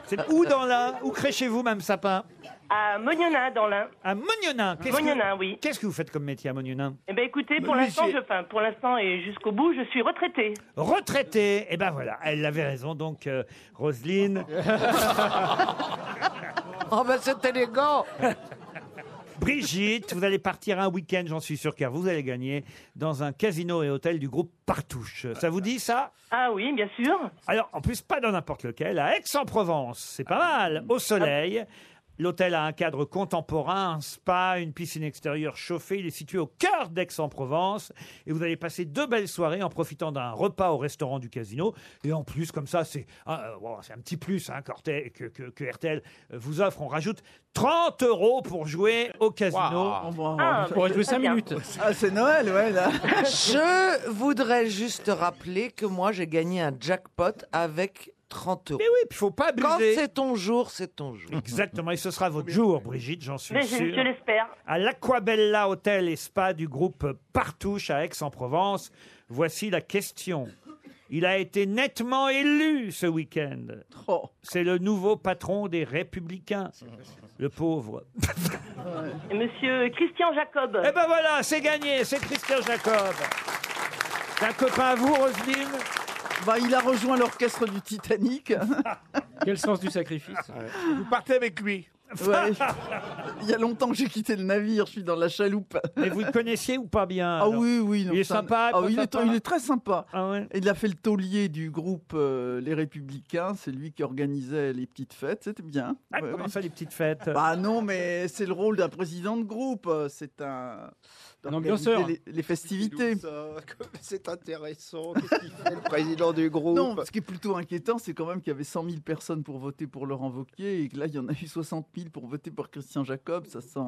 B: C'est où dans l'un Où crèchez-vous, Mme Sapin
O: À Mognonin, dans l'un.
B: À Mognonin. Qu'est-ce que-
O: Mognonin, oui.
B: Qu'est-ce que vous faites comme métier à Mognonin
O: Eh ben écoutez, pour
B: Mais lui,
O: l'instant,
B: c'est-
O: je, enfin, pour l'instant et jusqu'au bout, je suis retraitée.
B: Retraité. Eh ben voilà, elle avait raison donc, euh, Roselyne.
H: Oh ben c'est élégant
B: Brigitte, vous allez partir un week-end, j'en suis sûr, car vous allez gagner dans un casino et hôtel du groupe Partouche. Ça vous dit ça
O: Ah oui, bien sûr.
B: Alors, en plus, pas dans n'importe lequel, à Aix-en-Provence, c'est pas mal, au soleil. L'hôtel a un cadre contemporain, un spa, une piscine extérieure chauffée. Il est situé au cœur d'Aix-en-Provence. Et vous allez passer deux belles soirées en profitant d'un repas au restaurant du casino. Et en plus, comme ça, c'est ah, euh, bon, c'est un petit plus hein, qu'Hortel- que, que- que RTL vous offre. On rajoute 30 euros pour jouer au casino.
H: Ah, On pourrait jouer
C: cinq
H: cinq
C: minutes. Ah, c'est Noël, ouais, là.
H: Je voudrais juste rappeler que moi, j'ai gagné un jackpot avec 30 euros. Mais
B: oui, il faut pas
H: Quand
B: abuser.
H: c'est ton jour, c'est ton jour.
B: Exactement, et ce sera votre jour, Brigitte, j'en suis
H: Mais je-
B: sûr.
H: je l'espère.
B: À l'Aquabella Hôtel et Spa du groupe Partouche à Aix-en-Provence, voici la question. Il a été nettement élu ce week-end.
C: Oh.
B: C'est le nouveau patron des Républicains, le pauvre.
O: Et Monsieur Christian Jacob.
B: Eh ben voilà, c'est gagné, c'est Christian Jacob. C'est un copain à vous, Roselyne
C: bah, Il a rejoint l'orchestre du Titanic.
E: Quel sens du sacrifice
C: Vous partez avec lui. Il y a longtemps que j'ai quitté le navire, je suis dans la chaloupe.
B: Mais vous le connaissiez ou pas bien
C: Ah
B: alors
C: oui, oui. non,
B: Il est
C: ça-
B: sympa,
C: Ah,
B: pas
C: il, est,
B: sympa Ah
C: il est très sympa.
B: Il
C: a fait le taulier du groupe euh, Les Républicains. C'est lui qui organisait les petites fêtes. C'était bien.
B: Ah, comment ça, les petites fêtes
C: Bah non, mais c'est le rôle d'un président de groupe. euh, C'est un. d'organiser
D: ambianceur.
C: Les, les festivités.
D: C'est intéressant. Qu'est-ce qu'il fait, le président du groupe
C: Non, ce qui est plutôt inquiétant, c'est quand même qu'il y avait 100 000 personnes pour voter pour Laurent Wauquiez et que là, il y en a eu 60 000 pour voter pour Christian Jacob. Ça sent,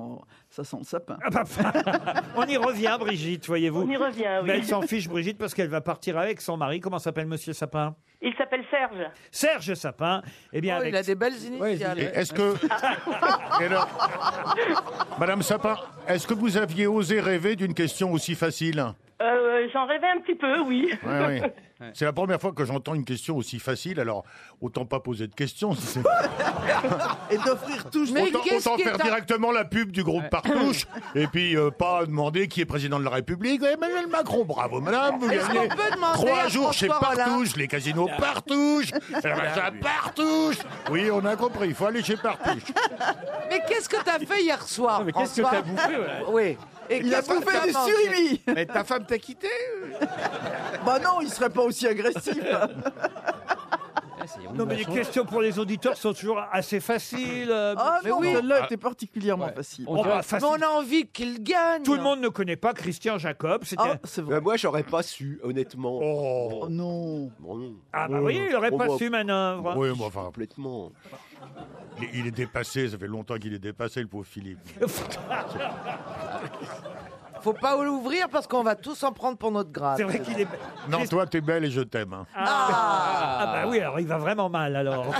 C: ça sent le sapin.
B: Ah, bah, On y revient, Brigitte, voyez-vous.
O: On y revient, oui.
B: Mais elle s'en fiche, Brigitte, parce qu'elle va partir avec son mari. Comment s'appelle Monsieur Sapin
O: Il s'appelle Serge.
B: Serge Sapin. Eh bien,
O: Oh, il
B: avec...
O: a des belles initiales.
F: Et est-ce que, Madame Sapin, est-ce que vous aviez osé rêver d'une question aussi facile
O: Euh, J'en rêvais un petit peu, oui.
F: Ouais, ouais. C'est la première fois que j'entends une question aussi facile, alors autant pas poser de questions. si c'est-
C: Et d'offrir toujours.
F: autant autant faire directement la pub du groupe Partouche et puis euh, pas demander qui est président de la République. Eh, Emmanuel Macron, bravo madame, vous
K: Est-ce
F: gagnez
K: qu'on peut demander à
F: trois jours chez
K: François Hollande
F: Partouche, les casinos Partouche, eh ben, ça Partouche. Oui, on a compris, il faut aller chez Partouche.
H: Mais qu'est-ce que t'as fait hier soir
F: mais qu'est-ce que
H: François
F: t'as bouffé, ouais.
H: Oui. Et
C: Il a
H: qu'est-ce que
C: bouffé
H: t'as
C: du
H: mangé
C: surimi
G: Mais ta femme t'a quitté
C: Bah non, il serait pas aussi agressif.
B: Non, mais les questions pour les auditeurs sont toujours assez faciles. euh,
C: Ah
B: monsieur
C: non,
B: Sapin.
C: celle-là était particulièrement facile.
B: Oh, bah, facile.
H: Mais on a envie qu'il gagne.
B: Tout le monde ne connaît pas Christian Jacob. C'était...
D: Ah, Bah, moi, j'aurais pas su, honnêtement.
F: Oh,
C: non.
B: Ah, bah, vous voyez, il aurait pas su manœuvre.
F: Oui, moi, enfin. Complètement. Il, il est dépassé, ça fait longtemps qu'il est dépassé, le pauvre Philippe.
H: Faut pas l'ouvrir parce qu'on va tous en prendre pour notre grade.
F: C'est vrai qu'il est- Non, toi, t'es belle et je t'aime. hein.
B: Ah. Ah, bah oui, alors il va vraiment mal alors.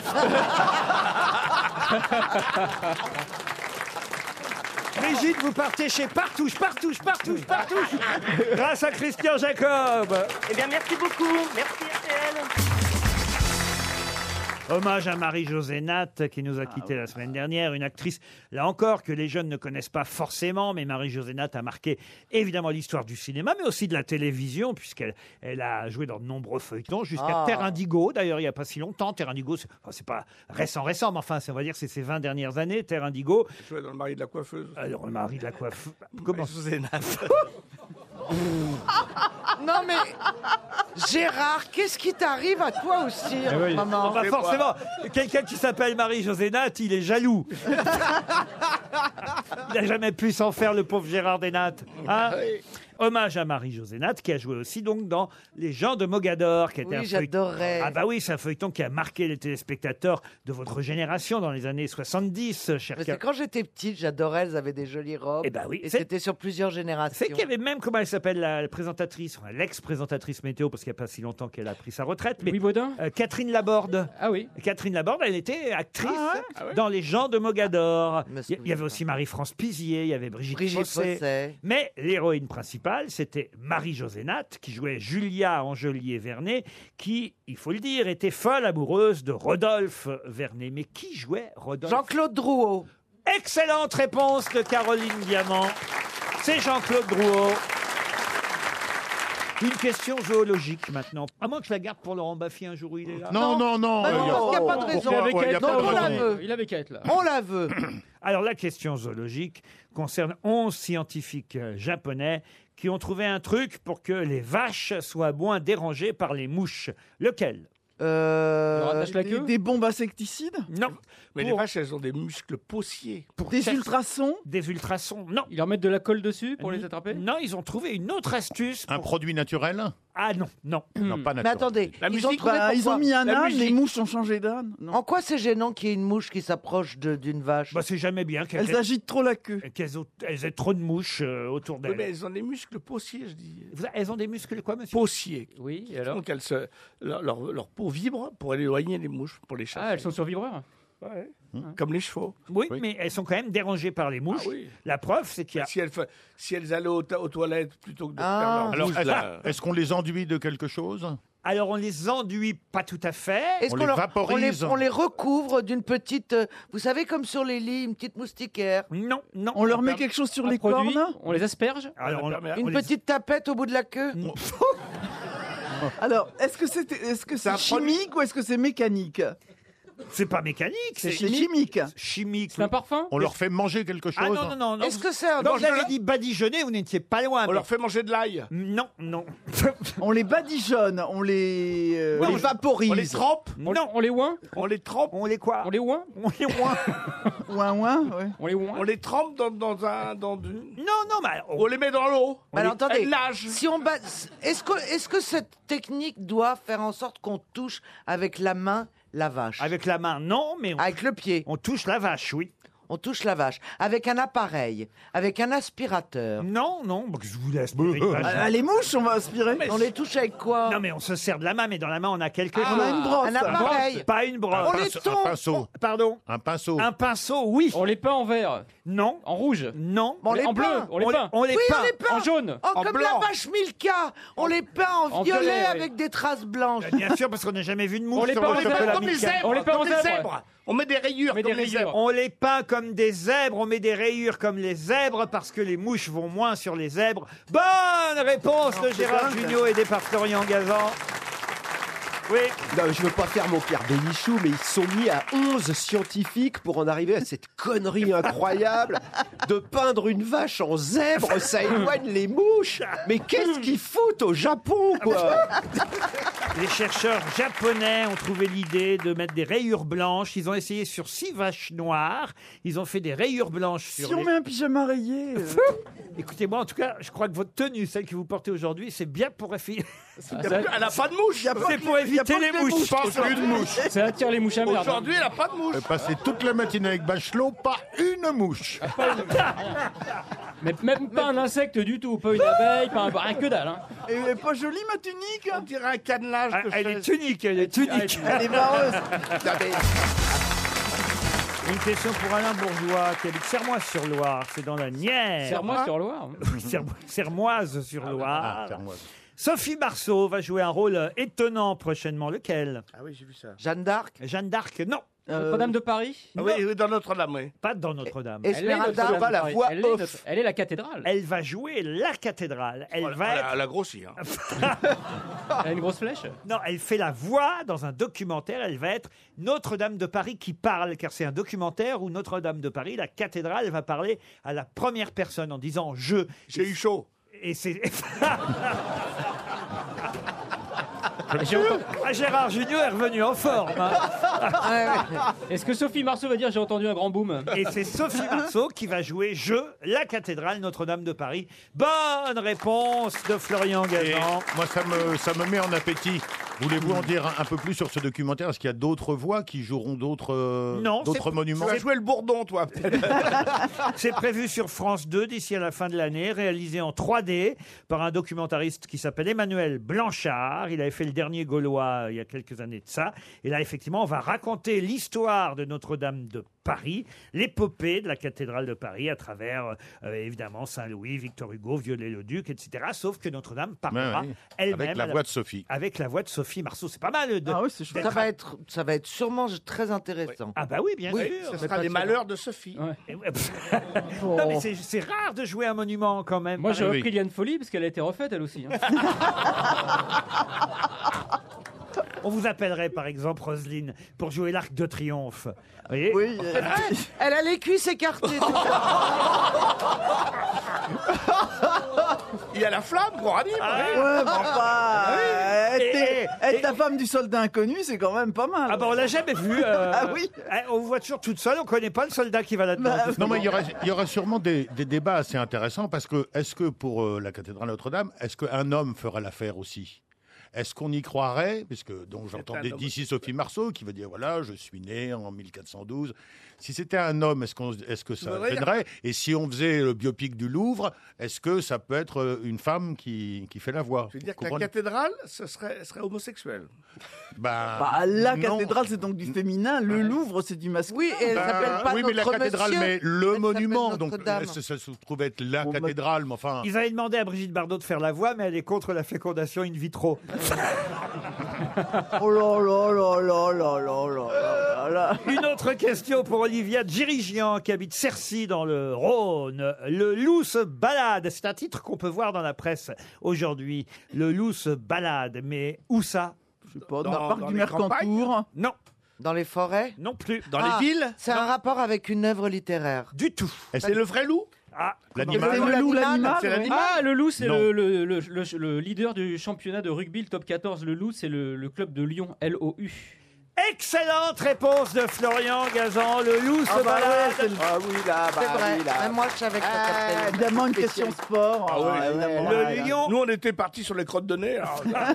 B: Brigitte, vous partez chez Partouche, Partouche, Partouche, Partouche Grâce à Christian Jacob
O: Eh bien, merci beaucoup. Merci, RTL.
B: Hommage à Marie-Josée Natt qui
O: Ah
B: nous a quittés la semaine dernière, une actrice, là encore, que les jeunes ne connaissent pas forcément, mais Marie-Josée Natt a marqué évidemment l'histoire du cinéma, mais aussi de la télévision, puisqu'elle elle a joué dans de nombreux feuilletons, jusqu'à
E: Ah.
B: Terre Indigo, d'ailleurs il n'y a pas si longtemps, Terre Indigo, c'est enfin, c'est pas récent, récent, mais enfin, ça, on va dire c'est ces 20 dernières années, Terre Indigo.
G: Je vais dans le mari de la coiffeuse.
B: Alors, le mari de la coiffeuse. Comment
H: Non mais Gérard, qu'est-ce qui t'arrive à toi aussi
B: Ah oui.
H: maman
B: Bah, forcément, quelqu'un qui s'appelle Marie-Josée Natt, il est jaloux. il n'a jamais pu s'en faire, le pauvre Gérard Desnattes. Hein Hommage à Marie-Josée Natt, qui a joué aussi donc dans Les gens de Mogador, qui était
H: Oui,
B: un feuilleton-
H: j'adorais.
B: Ah bah oui, c'est un feuilleton qui a marqué les téléspectateurs de votre génération dans les années 70, cher
H: Parce que quand j'étais petite, j'adorais, elles avaient des jolies robes.
B: Eh ben oui,
H: Et
B: c'est-
H: c'était sur plusieurs générations.
B: C'est qu'il y avait même, comment elle s'appelle, la présentatrice, enfin, l'ex-présentatrice météo, parce qu'il n'y a pas si longtemps qu'elle a pris sa retraite. Mais, Euh, Catherine Laborde.
E: Ah oui. Ah
B: Catherine Laborde, elle était actrice dans Les gens de Mogador. Il y- il y
H: souviens
B: avait aussi Marie-France Pizier, il y avait Brigitte,
H: Brigitte
B: Fossé.
H: Fossé.
B: Mais l'héroïne principale, c'était Marie-Josée Natt, qui jouait Julia Angelier-Vernet, qui, il faut le dire, était folle amoureuse de Rodolphe Vernet. Mais qui jouait Rodolphe
H: Jean-Claude Drouot.
B: Excellente réponse de Caroline Diamant. C'est Jean-Claude Drouot. Une question zoologique maintenant. À moins que je la garde pour Laurent Baffy un jour où il est là.
F: Non, non, non, Bah non, euh, parce qu'il y a pas de raison.
E: Il avait qu'à être là,
F: on la
E: aujourd'hui.
F: veut.
E: Il avait qu'à être là.
H: On la veut.
B: Alors la question zoologique concerne 11 scientifiques euh, japonais qui ont trouvé un truc pour que les vaches soient moins dérangées par les mouches. Lequel
H: euh,
C: des, des bombes insecticides
B: Non.
G: Mais les vaches, elles ont des muscles possiers.
C: Des ultrasons
B: Des ultrasons, non.
E: Ils leur mettent de la colle dessus pour les attraper
B: Non, ils ont trouvé une autre astuce.
F: Un produit naturel
B: Ah non, non.
F: Non, pas naturel.
H: Mais attendez,
F: La
H: ils,
F: musique,
H: ont trouvé
F: bah, ils
H: pourquoi
F: ont mis un
C: âne, les mouches ont changé d'âne.
H: En quoi c'est gênant qu'il y ait une mouche qui s'approche de- d'une vache
B: Bah c'est jamais bien. qu'elles-
H: Elles agitent
C: trop la queue.
B: Qu'elles ont- elles aient trop de mouches euh, autour
G: Oui,
F: Ben
B: d'elles.
G: mais elles ont des muscles possiers, je dis.
B: Vous- Elles ont des muscles quoi, monsieur
G: Possiers. Oui, alors Donc, elles se- leur, leur- leur peau vibre pour éloigner les mouches, pour les chasser.
E: Ah, elles sont survivreurs
G: Ouais. Hein Comme les chevaux.
B: Oui, mais elles sont quand même dérangées par les mouches. La preuve, c'est qu'il y a...
G: Ah Bah, Si elles, fa- si elles allaient aux, ta- aux toilettes plutôt que de
B: Ah.
G: faire leur
F: Alors,
G: bouse,
F: est-ce
G: là,
F: est-ce qu'on les enduit de quelque chose
B: Alors on les enduit pas tout à fait.
H: Est-ce qu'on leur- on les, on les recouvre d'une petite, euh, vous savez, comme sur les lits, une petite moustiquaire.
B: Non, non.
C: On leur met quelque chose sur les cornes
E: On les asperge
B: Alors, Ben, on-
H: Une petite tapette au bout de la queue
C: Alors, est-ce que c'est est-ce que c'est chimique ou est-ce que c'est mécanique
B: C'est pas mécanique,
C: c'est
B: c'est-
C: chimique.
B: Chimique.
E: C'est un parfum
F: On leur fait manger quelque chose
B: Ah non, non, non. non.
C: Est-ce que c'est un-
B: Quand
C: Non,
B: je
C: je
B: l'avais
C: le-
B: dit badigeonner, vous n'étiez pas loin.
G: On leur fait manger de l'ail
B: Non, non.
C: On les badigeonne, on les, euh,
B: Non,
C: on les
B: je-
C: vaporise.
B: on les trempe.
E: Non, on les oint
G: On les trempe
B: On les quoi
E: On les oint
B: On les oint
C: Ouin ouin, ouais.
E: On les oint
G: on les trempe dans, dans un. Dans du... Non,
B: non, mais.
G: On, les met dans l'eau.
H: Mais alors, attendez,
G: Elles nagent.
H: si on bat, est-ce que, est-ce que cette technique doit faire en sorte qu'on touche avec la main la vache
B: Avec la main, non, mais
H: avec le pied.
B: On touche la vache, oui.
H: On touche la vache avec un appareil, avec un aspirateur.
B: Non, non, bah, que je vous laisse. mais-
C: Ah, les mouches, on va aspirer.
H: on les touche avec quoi Ah,
B: Non, mais on se sert de la main, mais dans la main, on a quelque chose.
H: On a une brosse. Un appareil.
B: Ah, Pas une brosse.
H: On les
F: Un pinceau.
B: Pardon
F: Un pinceau.
B: Un pinceau, oui.
E: On les peint en vert
B: Non.
E: En rouge
B: Non.
H: On les
E: en bleu
H: peint.
E: On les peint
B: On les
H: oui,
B: peint.
H: on les peint.
E: En jaune
H: Oh,
E: En
H: comme
E: blanc.
H: la vache Milka. On les peint en,
E: En
H: violet,
E: violet, oui.
H: avec des traces blanches.
B: Bah, Euh, Bien sûr, parce qu'on n'a jamais vu de mouche.
E: On les
B: sur
E: peint
B: le
E: en
B: chocolat
E: zèbre.
G: Comme les
B: Milka.
G: zèbres.
E: On les peint
G: comme
E: en
G: les
E: zèbre.
G: zèbres. On met des rayures
E: On met
G: comme
E: des
G: les
E: rayures.
G: zèbres.
B: On les peint comme des zèbres, on met des rayures comme les zèbres parce que les mouches vont moins sur les zèbres. Bonne réponse de Gérard
D: dingue.
B: Junior et des par Florian Gazan. Oui.
D: Non, mais je veux pas faire mon Pierre Bénichou, mais ils sont mis à 11 scientifiques pour en arriver à cette connerie incroyable de peindre une vache en zèbre, ça éloigne les mouches. Mais qu'est-ce qu'ils foutent au Japon, quoi
B: Les chercheurs japonais ont trouvé l'idée de mettre des rayures blanches. Ils ont essayé sur six vaches noires. Ils ont fait des rayures blanches sur
C: Si on
B: les-
C: met un pyjama rayé, euh,
B: Écoutez-moi, en tout cas, je crois que votre tenue, celle que vous portez aujourd'hui, c'est bien pour effi-
G: Il y a plus- Elle n'a pas de mouche.
B: C'est pour éviter les mouches.
F: Pas plus de mouches.
E: Ça attire les mouches à merde
G: Aujourd'hui, elle n'a pas de mouche.
F: J'ai passé toute la matinée avec Bachelot, pas une mouche.
E: Mais même pas un insecte du tout Pas une abeille, pas un... rien que dalle hein.
C: et elle est pas jolie ma tunique
G: On dirait un cannelage
B: Ah,
G: de
B: Elle est
G: chaise.
B: tunique, elle est tunique.
C: Elle est vareuse.
B: Une question pour Alain Bourgeois qui habite Sermoise-sur-Loire, c'est dans la Nière.
E: Serre-moi sur Loire
B: Oui, Sermo- Sermoise-sur-Loire.
F: Ah, Termoise.
B: Sophie Marceau va jouer un rôle euh, étonnant prochainement. Lequel
G: Ah oui, j'ai vu ça.
H: Jeanne d'Arc,
B: Jeanne d'Arc Non,
E: Notre-Dame de Paris
G: Ah oui, oui, dans Notre-Dame, oui.
B: pas dans Notre-Dame.
H: Et-
E: Elle est
H: Esmeralda,
E: Notre-Dame
H: pas
E: de
H: la
E: Paris.
H: voix
E: Elle est
H: off.
E: notre- Elle est la cathédrale
B: Elle va jouer la cathédrale. Elle va
G: Ah, Elle
B: être...
G: a- elle a grossi. hein.
E: Elle a une grosse flèche
B: Non, elle fait la voix dans un documentaire. Elle va être Notre-Dame de Paris qui parle, car c'est un documentaire où Notre-Dame de Paris, la cathédrale, va parler à la première personne en disant je.
G: J'ai eu chaud.
B: Et c'est.
E: J'ai entendu-
B: Ah, Gérard Junior est revenu en forme. hein.
E: Est-ce que Sophie Marceau va dire j'ai entendu un grand boom
B: Et c'est Sophie Marceau qui va jouer Je, la cathédrale Notre-Dame de Paris. Bonne réponse de Florian Gazan.
F: Moi, ça me, ça me met en appétit. Voulez-vous en dire un, un peu plus sur ce documentaire Est-ce qu'il y a d'autres voix qui joueront d'autres euh,
B: Non,
F: d'autres
B: c'est-
F: monuments
B: tu vas jouer
F: le bourdon, toi.
B: C'est prévu sur France 2 d'ici à la fin de l'année, réalisé en 3D par un documentariste qui s'appelle Emmanuel Blanchard. Il avait fait le dernier Gaulois euh, il y a quelques années de ça. Et là, effectivement, on va raconter l'histoire de Notre-Dame de Paris, l'épopée de la cathédrale de Paris à travers, euh, évidemment, Saint-Louis, Victor Hugo, Viollet-le-Duc, etc. Sauf que Notre-Dame parlera
F: Ben oui,
B: elle-même.
F: avec la
B: à
F: voix de Sophie.
B: Avec la voix de Sophie Marceau. C'est pas mal. De,
H: ça va être, ça va être sûrement très intéressant.
B: Ah bah oui, bien sûr.
G: Ce sera les malheurs de Sophie.
B: Non, mais c'est- c'est rare de jouer un monument quand même.
E: Moi j'ai
B: Pareil.
E: repris Liane Folie parce qu'elle a été refaite elle aussi. hein.
B: On vous appellerait par exemple Roselyne pour jouer l'Arc de Triomphe. Vous voyez
H: Elle a les cuisses écartées. tout
G: Il y a la flamme qu'on ranime.
C: Ouais, mais enfin, être, être la eh, femme du soldat inconnu, c'est quand même pas mal.
B: Ah bah on l'a jamais vu. euh,
C: Ah oui
B: eh, On vous voit toujours toute seule, on connaît pas le soldat qui va là-dedans. tout
F: Non, mais il y,
B: simplement.
F: aura, il y aura sûrement des, des débats assez intéressants parce que est-ce que pour euh, la cathédrale Notre-Dame, est-ce qu'un homme fera l'affaire aussi est-ce qu'on y croirait Puisque donc j'entendais
G: un homme.
F: d'ici Sophie Marceau qui va dire voilà je suis né en 1412. Si c'était un homme est-ce qu'on est-ce que ça
G: Vous voyez
F: gênerait Et si on faisait le biopic du Louvre est-ce que ça peut être euh, une femme qui, qui fait la voix
G: Je veux dire
F: Vous
G: que la
F: comprenez
G: cathédrale, ce serait, serait homosexuel.
F: Ben,
C: Bah, la
F: non.
C: cathédrale, c'est donc du féminin. Le Louvre, c'est du masculin. Oui,
F: Ben, oui, mais la cathédrale, mais le monument, donc euh, ça, ça se trouve être la cathédrale, mais enfin.
B: Ils avaient demandé à Brigitte Bardot de faire la voix, mais elle est contre la fécondation in vitro.
C: Oh là là là là là là là là là.
B: Une autre question pour Olivia Djirigian qui habite Cercy dans le Rhône. Le loup se balade, c'est un titre qu'on peut voir dans la presse aujourd'hui. Le loup se balade, mais où ça
C: Je sais pas,
H: dans Dans- parc dans du les
C: Mercantour.
B: Non.
H: Dans les forêts
B: Non plus. Ah.
G: Dans les villes
H: Ah, C'est un rapport avec une œuvre littéraire.
B: Du tout.
G: C'est le vrai loup
B: Ah,
F: L'animal.
E: C'est
G: le loup, l'animal,
E: C'est
G: ouais.
E: Ah, le loup, c'est
F: Non.
E: le, le- le- le- le leader du championnat de rugby, le top 14. Le loup, c'est le, le club de Lyon, L-O-U.
B: Excellente réponse de Florian Gazan. Le loup se
C: Ah bah
B: balade.
C: ouais, c'est le- ah oui, là, bah
H: C'est vrai.
C: oui, là.
H: Même moi, je savais que ça
G: Euh,
C: Ah,
H: s'appelait.
C: Évidemment, une question sport.
G: Ah ouais,
C: Ah, évidemment.
B: Le lion,
G: Nous, on était partis sur les crottes de nez. alors, là,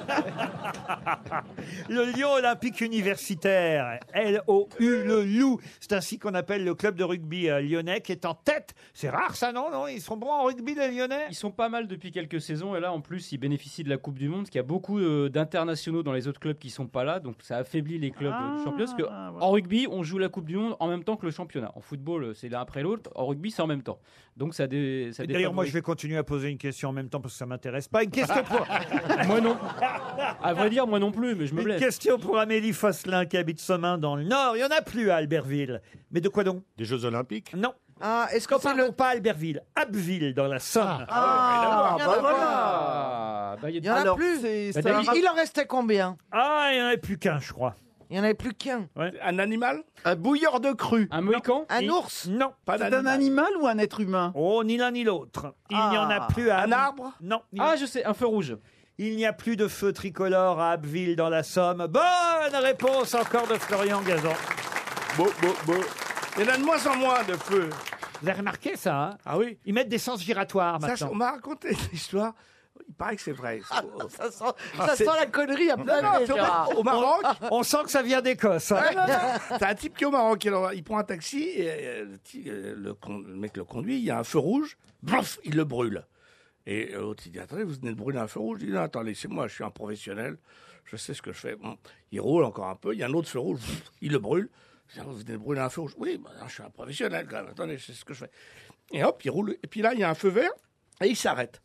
B: le lion olympique universitaire, L-O-U, le loup. C'est ainsi qu'on appelle le club de rugby euh, lyonnais qui est en tête. C'est rare ça, non, non Ils sont bons en rugby, les lyonnais
E: Ils sont pas mal depuis quelques saisons et là en plus ils bénéficient de la Coupe du Monde, parce qu'il y a beaucoup euh, d'internationaux dans les autres clubs qui sont pas là, donc ça affaiblit les clubs euh, du championnat. Parce que en rugby, on joue la Coupe du Monde en même temps que le championnat. En football, euh, c'est l'un après l'autre. En rugby, c'est en même temps. Donc ça, dé, ça
B: Et D'ailleurs, moi,
E: défavorise.
B: je vais continuer à poser une question en même temps parce que ça m'intéresse pas. Une question pour,
E: moi non. À vrai dire, moi non plus, mais je me
B: une
E: blesse.
B: question pour Amélie Fosselin qui habite Somain dans le Nord. Il y en a plus à Albertville. Mais de quoi donc
F: Des Jeux Olympiques
B: Non.
H: Ah, est-ce que
B: Non,
H: c'est
B: pardon,
H: le.
B: pas Albertville, Abbeville dans la Somme.
C: Ah,
H: rien
C: bah
H: à
C: voilà.
H: voir.
E: Ah, bah, il y a-
H: Il y en a
C: Alors,
H: plus.
C: c'est-
E: Bah,
C: c'est un
E: David,
C: rap-
H: Il en restait combien
B: Ah, il n'y en a plus qu'un, je crois.
H: Il n'y en avait plus qu'un.
G: un animal
C: Un bouilleur de crue.
E: Un Mohican
H: Un
B: Il-
H: ours
B: Non.
G: Pas
C: C'est un
G: d'animal.
C: animal ou un être humain
B: Oh, ni l'un ni l'autre. Il n'y en a
C: Ah.
B: plus à
G: Un arbre
B: Non. il-
E: Ah, je sais, un feu rouge.
B: Il n'y a plus de feu tricolore à Abbeville dans la Somme. Bonne réponse encore de Florian Gazan.
G: Beau, beau, beau. Il y en a de moins en moins de feu.
B: Vous avez remarqué ça hein
G: Ah oui
B: Ils mettent des sens giratoires
G: Ça,
B: maintenant.
G: on m'a raconté une histoire. Il paraît que c'est vrai.
H: Ça sent, ça sent la connerie à
G: Ah, Non,
H: plein
G: non, c'est au
H: nez.
G: Mar- au Maroc,
B: On sent que ça vient d'Écosse. hein.
G: Ah, non, non. T'as un type qui est au Maroc, il, il prend un taxi, et, euh, le, ti- euh, le con- le mec le conduit, il y a un feu rouge, bref, il le brûle. Et euh, l'autre, il dit, attendez, vous venez de brûler un feu rouge Il dit, non, attends, laissez-moi, je suis un professionnel, je sais ce que je fais. Bon, il roule encore un peu, il y a un autre feu rouge, pff, il le brûle. Il dit, Ah, Vous venez de brûler un feu rouge Oui, bah, je suis un professionnel quand même, attendez, je sais ce que je fais. Et hop, il roule, et puis là, il y a un feu vert, et il s'arrête.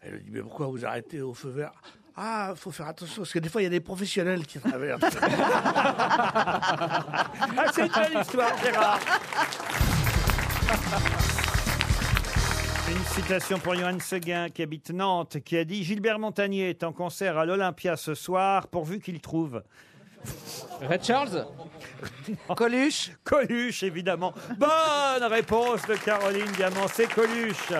G: Elle lui dit, mais pourquoi vous arrêtez au feu vert Ah, faut faire attention, parce que des fois, il y a des professionnels qui traversent.
B: Ah, c'est une belle histoire, Gérard. Une citation pour Johan Seguin qui habite Nantes, qui a dit Gilbert Montagnier est en concert à l'Olympia ce soir, pourvu qu'il trouve.
E: Red Charles
H: Coluche
B: Coluche, évidemment. Bonne réponse de Caroline Diamant, c'est Coluche.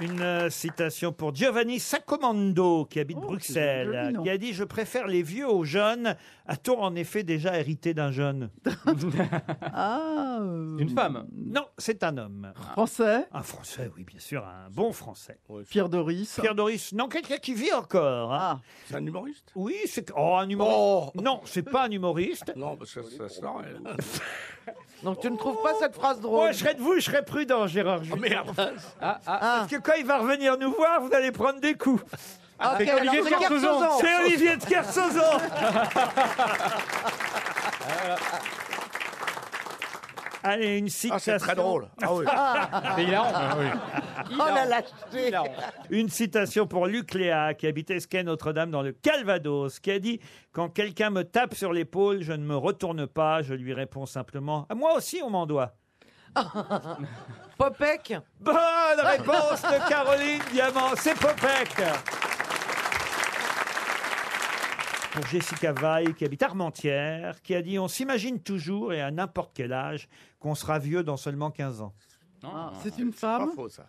B: Une euh, citation pour Giovanni Sacomando, qui habite Bruxelles,
K: joli nom.
B: qui a dit Je préfère les vieux aux jeunes. A-t-on en effet déjà hérité d'un jeune
C: Ah.
B: Une femme Hmm. Non, c'est un homme.
G: Ah.
C: Français
B: Un français, oui, bien sûr, un bon français.
C: Pierre Doris.
B: Pierre Doris, non, quelqu'un qui vit encore. hein.
G: C'est un humoriste
B: Oui, c'est. Oh, un humoriste Non, c'est pas un humoriste.
G: Non, parce que ça se rend, elle.
H: Donc tu ne trouves pas cette phrase drôle
B: Moi, je serais de vous, je serais prudent, Gérard.
G: Oh,
B: Junior. Parce que quand il va revenir nous voir, vous allez prendre des coups.
K: Ah, Avec ok, Olivier alors, de c'est Kersauzon. Kersauzon.
B: C'est Olivier de Kersauzon. Allez,
G: Ah,
B: une citation.
K: très drôle. Ah oui.
H: C'est hilarant. Ah oui. Oh la lâcheté
B: Une citation pour Luc Léa, qui habite Esquet Notre-Dame dans le Calvados, qui a dit Quand quelqu'un me tape sur l'épaule, je ne me retourne pas, je lui réponds simplement Ah, Moi aussi, on m'en doit.
H: Popek
B: Bonne réponse de Caroline Diamant, c'est Popek pour Jessica Vaille, qui habite Armentières, qui a dit On s'imagine toujours et à n'importe quel âge qu'on sera vieux dans seulement 15 ans.
C: Ah, c'est une femme
G: C'est pas faux, ça.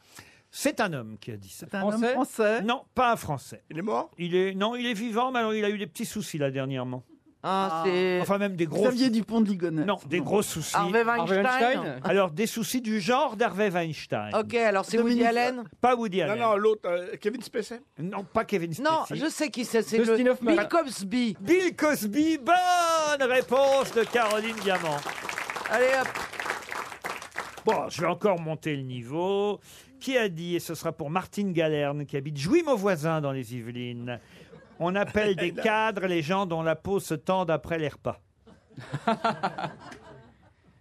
B: C'est un homme qui a dit ça.
C: C'est un homme Français français
B: Non, pas un français.
G: Il est mort
B: il est, Non, il est vivant, mais alors il a eu des petits soucis là dernièrement.
H: Ah, c'est.
B: Enfin, même des gros.
C: Xavier Dupont de Ligonnès.
B: Non, des gros soucis.
H: Harvey Weinstein Harvey Weinstein
B: Alors, des soucis du genre d'Harvey Weinstein.
H: Ok, alors c'est Woody Allen
B: Pas Woody Allen.
G: Non, non, l'autre, euh, Kevin Spacey
B: Non, pas Kevin Spacey.
H: Non, je sais qui c'est. C'est le Bill Cosby.
B: Bill Cosby, bonne réponse de Caroline Diamant.
H: Allez hop.
B: Bon, je vais encore monter le niveau. Qui a dit, et ce sera pour Martine Galerne, qui habite Jouy-Mauvoisin dans les Yvelines, on appelle des cadres les gens dont la peau se tend après les repas.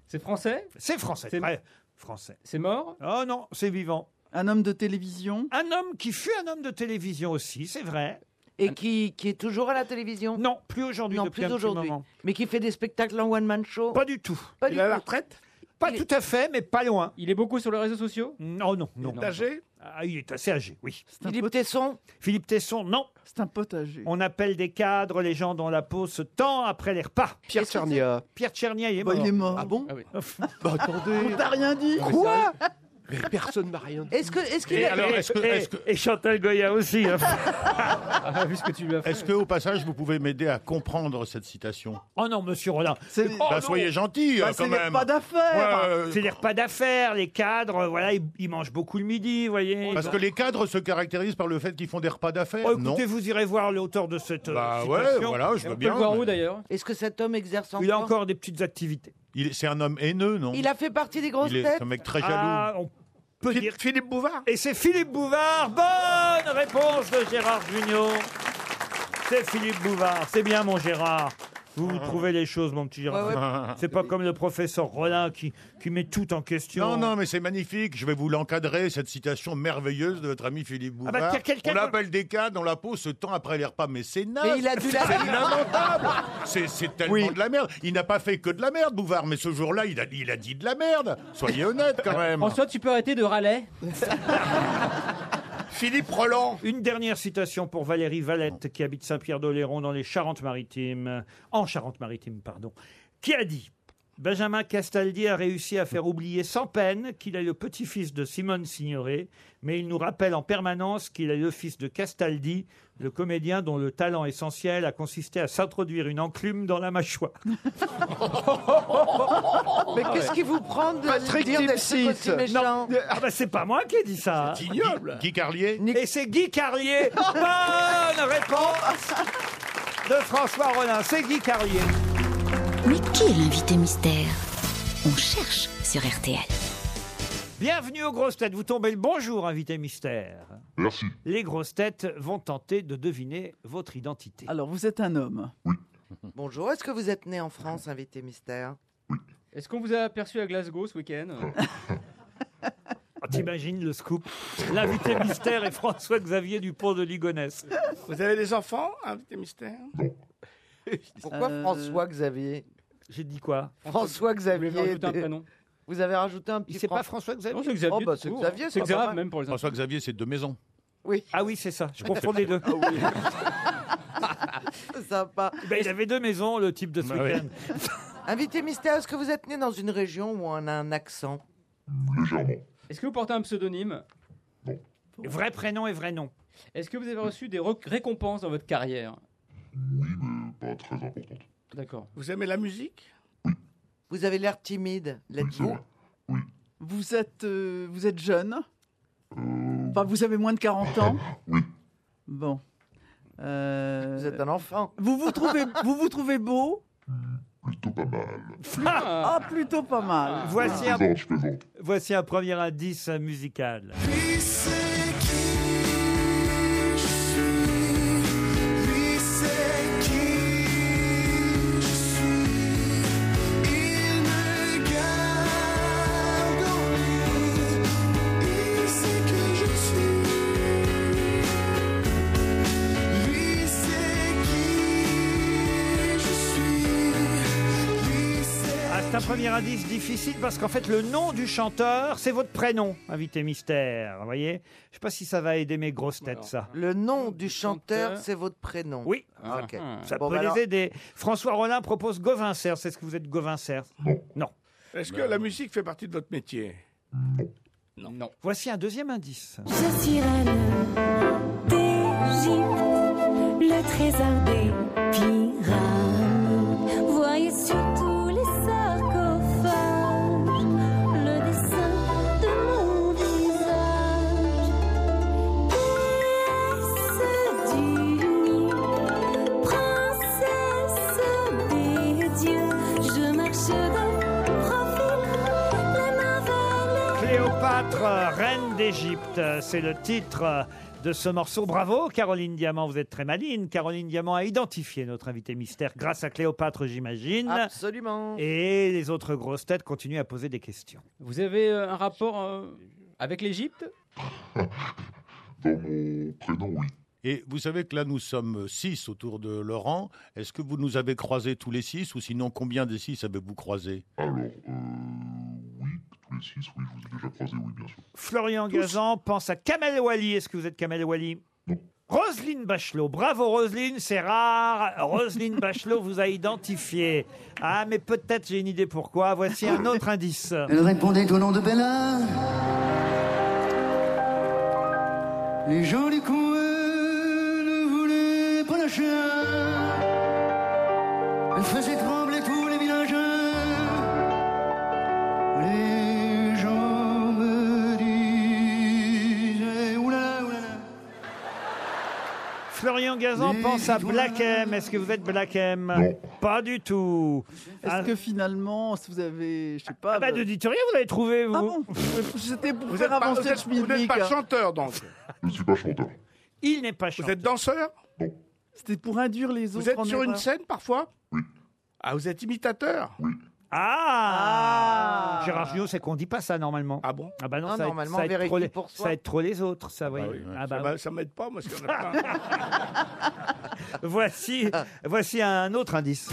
E: C'est français
B: C'est français,
E: C'est-
B: très français.
E: C'est mort
B: Oh non, c'est vivant.
C: Un homme de télévision
B: Un homme qui fut un homme de télévision aussi, c'est vrai.
H: Et qui, qui est toujours à la télévision
B: Non, plus aujourd'hui.
H: Non,
B: depuis
H: plus
B: un petit
H: aujourd'hui.
B: moment.
H: Mais qui fait des spectacles en one-man show
B: Pas du tout.
H: Pas du tout.
G: retraite
B: Pas tout à fait, mais pas loin.
E: Il est beaucoup sur les réseaux sociaux
B: Non, non, non.
E: est âgé
B: Ah, il est assez âgé, oui.
H: Philippe Tesson
B: Philippe Tesson, non.
C: C'est un potager.
B: On appelle des cadres les gens dont la peau se tend après les repas.
D: Pierre Tchernia.
B: Pierre Tchernia, il est
C: Bah,
B: mort.
C: il est mort. Ah
D: bon Bah,
C: On
F: Ah,
D: attendez.
C: t'a rien dit
D: Quoi Mais personne m'a rien dit.
H: Est-ce que, est-ce qu'il
B: Et,
H: a-
F: alors, est-ce que-
B: et-
F: est-ce que-
B: et Chantal Goya aussi. hein.
E: Ah, vu ce que tu lui as fait.
F: Est-ce que, au passage, vous pouvez m'aider à comprendre cette citation
B: oh non, monsieur Roland.
C: C'est
E: Oh
F: Bah, Soyez gentil, euh,
C: Bah, c'est
F: quand
C: les
F: même.
C: pas d'affaires.
F: Ouais, euh,
B: Oh, C'est les repas d'affaires, les cadres, euh, voilà, ils, ils mangent beaucoup le midi, vous voyez.
F: parce que les cadres se caractérisent par le fait qu'ils font des repas d'affaires.
B: Oh,
F: non.
B: écoutez, vous irez voir l'auteur de cette euh,
F: Bah ouais,
B: citation.
F: voilà, je
E: On
F: veux
E: peut le
F: bien.
E: voir où
F: mais-
E: d'ailleurs
H: est-ce que cet homme exerce encore
B: Il a encore des petites activités.
F: Il est- C'est un homme haineux, non
H: Il a fait partie des grosses
F: Il est
H: têtes
F: un mec très
B: Ah,
F: jaloux.
B: on peut dire.
G: Philippe Bouvard
B: Et c'est Philippe Bouvard. Bonne réponse de Gérard Junior. C'est Philippe Bouvard. C'est bien, mon Gérard. Vous,
F: Ah.
B: vous trouvez les choses, mon petit Gérard.
H: Ouais,
B: C'est pas comme le professeur Rollin qui, qui met tout en question.
F: Non, non, mais c'est magnifique. Je vais vous l'encadrer, cette citation merveilleuse de notre ami Philippe
B: Ah bah,
F: Bouvard.
B: tiens, quelqu'un-
F: on appelle des cas dont la peau se tend après les repas, mais c'est naze.
H: Mais il a dû la-
F: C'est inamontable. C'est- C'est tellement de la merde. Il n'a pas fait que de la merde, Bouvard, mais ce jour-là, il a, il a dit de la merde. Soyez honnête, quand même.
E: François, tu peux arrêter de râler
G: Philippe Roland
B: Une dernière citation pour Valérie Valette, qui habite Saint-Pierre-d'Oléron dans les Charentes-Maritimes, en Charente-Maritime, pardon, qui a dit Benjamin Castaldi a réussi à faire oublier sans peine qu'il est le petit-fils de Simone Signoret, mais il nous rappelle en permanence qu'il est le fils de Castaldi, le comédien dont le talent essentiel a consisté à s'introduire une enclume dans la mâchoire.
H: Mais qu'est-ce qui vous prend de
D: Patrick
H: dire des trucs
D: Dempsey.
H: aussi méchants
B: Ah bah c'est pas moi qui ai dit ça. hein.
G: Ignoble
F: Guy Carlier
B: Et c'est Guy Carlier. Bonne réponse de François Rollin. C'est Guy Carlier.
A: Mais qui est l'invité mystère On cherche sur RTL.
B: Bienvenue aux grosses têtes. Vous tombez le bonjour, invité mystère.
P: Merci.
B: Les grosses têtes vont tenter de deviner votre identité.
C: Alors, vous êtes un homme.
H: Bonjour, est-ce que vous êtes né en France, invité mystère
E: Est-ce qu'on vous a aperçu à Glasgow ce week-end
B: Ah, T'imagines le scoop L'invité mystère est François-Xavier Dupont de Ligonnès.
G: Vous avez des enfants, invité mystère
H: Pourquoi
C: Euh,
H: François Xavier
B: J'ai dit quoi
H: François
E: Vous voulez
H: Xavier
E: rajouter un prénom
H: Vous avez rajouté un
B: Il
H: petit
B: c'est pas
H: Fran-
E: Non,
B: François-Xavier
E: c'est Xavier.
H: Oh, bah,
E: tout
H: c'est
E: court.
H: Xavier,
E: C'est
H: pas
E: Xavier,
H: mal.
E: même pour les enfants.
F: François Xavier, c'est de maison.
H: Oui,
B: Ah oui, c'est ça. Je confonds les deux.
H: c'est sympa.
B: Ben, il avait deux maisons, le type de ce
F: Bah oui.
B: week-end.
H: Invité mystère, est-ce que vous êtes né dans une région où on a un accent
P: Légèrement.
E: Est-ce que vous portez un pseudonyme
B: Vrai prénom et vrai nom.
E: Est-ce que vous avez reçu des rec- récompenses dans votre carrière
P: Pas très important.
E: D'accord.
G: Vous aimez la musique
H: Vous avez l'air timide. Let's go.
C: Vous êtes, euh, vous êtes jeune Enfin, vous avez moins de 40 ans Bon. Vous êtes
H: un enfant.
C: Vous vous trouvez, vous vous trouvez beau Plutôt pas mal. Ah, plutôt pas mal.
B: Voici
P: Je
B: un,
P: plaisante, je plaisante.
B: voici un premier indice euh, musical.
K: Lui c'est qui je suis, lui c'est qui je suis, il me garde en lui, il sait qui je suis, lui c'est qui je suis, lui c'est
B: Ah, c'est un premier indice difficile parce qu'en fait, le nom du chanteur, c'est votre prénom, invité mystère. Vous voyez Je sais pas si ça va aider mes grosses têtes, ça.
H: Le nom du chanteur, c'est votre prénom.
B: Oui.
H: Ah, ok.
B: Ça
H: Bon,
B: peut
H: bah alors-
B: les aider. François Rollin propose Govincer. C'est ce que vous êtes Govincer Non.
G: Est-ce
H: Bah
G: que la musique fait partie de votre métier
E: Non. non.
B: Voici un deuxième indice.
K: Sa sirène d'Égypte, le trésor des pyramides. Voyez surtout les sarcophages, le dessin de mon visage. Déesse du Nil, princesse des dieux, je marche de profil, les mains vers les
B: Cléopâtre, euh, reine d'Égypte, euh, c'est le titre euh, de ce morceau. Bravo, Caroline Diamant, vous êtes très maline. Caroline Diamant a identifié notre invité mystère grâce à Cléopâtre, j'imagine.
H: Absolument.
B: Et les autres grosses têtes continuent à poser des questions.
E: Vous avez euh, un rapport euh, avec l'Égypte
F: Et vous savez que là, nous sommes six autour de Laurent. Est-ce que vous nous avez croisés tous les six ou sinon combien des six avez-vous croisés
P: Alors, euh, oui, tous les six, oui, je vous ai déjà croisé, oui, bien sûr.
B: Florian Gazan pense à Kamel Wally. Est-ce que vous êtes Kamel Wally Roselyne Bachelot, bravo Roselyne, c'est rare. Roselyne Bachelot vous a identifié. Ah, mais peut-être j'ai une idée pourquoi. Voici un autre indice.
M: Elle répondait au nom de Bella. Les gens du coin ne voulaient pas lâcher. Elle faisait trembler tous les villages. Les gens me disaient oulala, oulala.
B: Florian Gazan pense à Black M. Est-ce que vous êtes Black M Pas du tout. Ah.
C: Est-ce que finalement, si vous avez, je sais pas. euh,
B: bah, ne dites rien, vous l'avez trouvé, vous.
C: Ah bon C'était pour
G: Vous
C: faire
G: êtes pas-
C: avancer
G: vous
C: le
G: êtes- vous n'êtes
C: schmilblick.
G: pas chanteur, donc.
P: Je ne suis pas chanteur.
B: Il n'est pas
G: Vous êtes danseur
C: C'était pour induire les
G: Vous
C: autres
G: êtes
C: en
G: sur une
C: erreur.
G: scène parfois Ah, vous êtes imitateur
B: Ah, Gérard Jugnot, c'est qu'on dit pas ça normalement.
G: Ah bon
B: Ah bah non,
G: Non,
B: ça, va être-
G: normalement,
B: ça va être
G: vérifie
B: trop les,
G: pour soi.
B: ça va être trop les autres, ça, vous voyez. Ah bah
G: Ça
B: oui.
G: m'a- Ça m'aide pas, moi, parce qu'il y en a plein.
B: voici, voici un autre indice.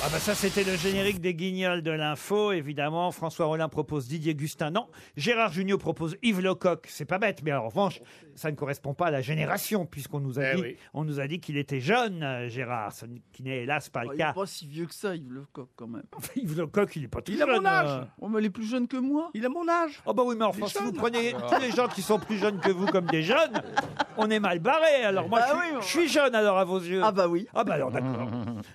B: Ah bah ça c'était le générique des guignols de l'info évidemment François Rollin propose Didier Gustin non Gérard Junior propose Yves Lecoq c'est pas bête mais en revanche ça ne correspond pas à la génération puisqu'on nous a
G: Eh
B: dit
G: oui.
B: on nous a dit qu'il était jeune euh, Gérard ce qui n'est hélas pas
C: Oh,
B: le
C: il n'est
B: cas
C: pas si vieux que ça, Yves Lecoq, quand même.
B: Yves Lecoq il est pas tout
C: Il a
B: jeune,
C: mon âge.
B: euh.
C: Oh, mais il est plus jeune que moi.
G: Il Ah a mon âge.
B: Oh bah oui mais enfin si vous prenez
G: bah.
B: tous les gens qui sont plus jeunes que vous comme des jeunes on est mal barré alors moi
C: Bah
B: je, suis,
C: oui, on-
B: je suis jeune alors à vos yeux
C: Ah bah oui.
B: ah bah alors d'accord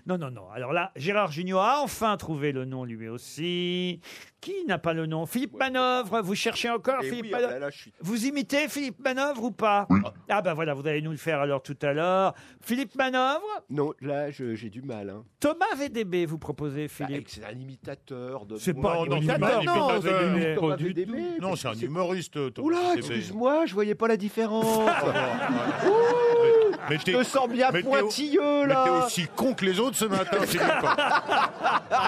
B: Non, non, non. Alors là, Gérard Junior a enfin trouvé le nom lui aussi. Qui n'a pas le nom Philippe Manœuvre, vous cherchez encore
D: Eh
B: Philippe
D: oui, ah
B: Manœuvre
D: bah là, je suis-
B: Vous imitez Philippe Manœuvre ou pas Ah bah voilà, vous allez nous le faire alors tout à l'heure. Philippe Manœuvre
D: Non, là, je- j'ai du mal. Hein. Bah,
B: Thomas VDB, vous proposez Philippe
D: C'est un imitateur de.
B: C'est
D: moi.
B: pas un
D: Non,
B: imitateur,
D: c'est pas
B: non, euh,
D: un
B: c'est
D: imitateur.
B: un
D: C'est
B: imitateur.
D: pas
B: Pas du
D: VDB, mais
F: Non, c'est un humoriste. Thomas
D: Oula,
F: VDB.
D: excuse-moi, je voyais pas la différence.
F: Mais
D: Je
F: t'es-
D: te sens bien
F: mais t'es au-
D: pointilleux, là.
F: Mais t'es aussi con que les autres ce matin, Philippe. Je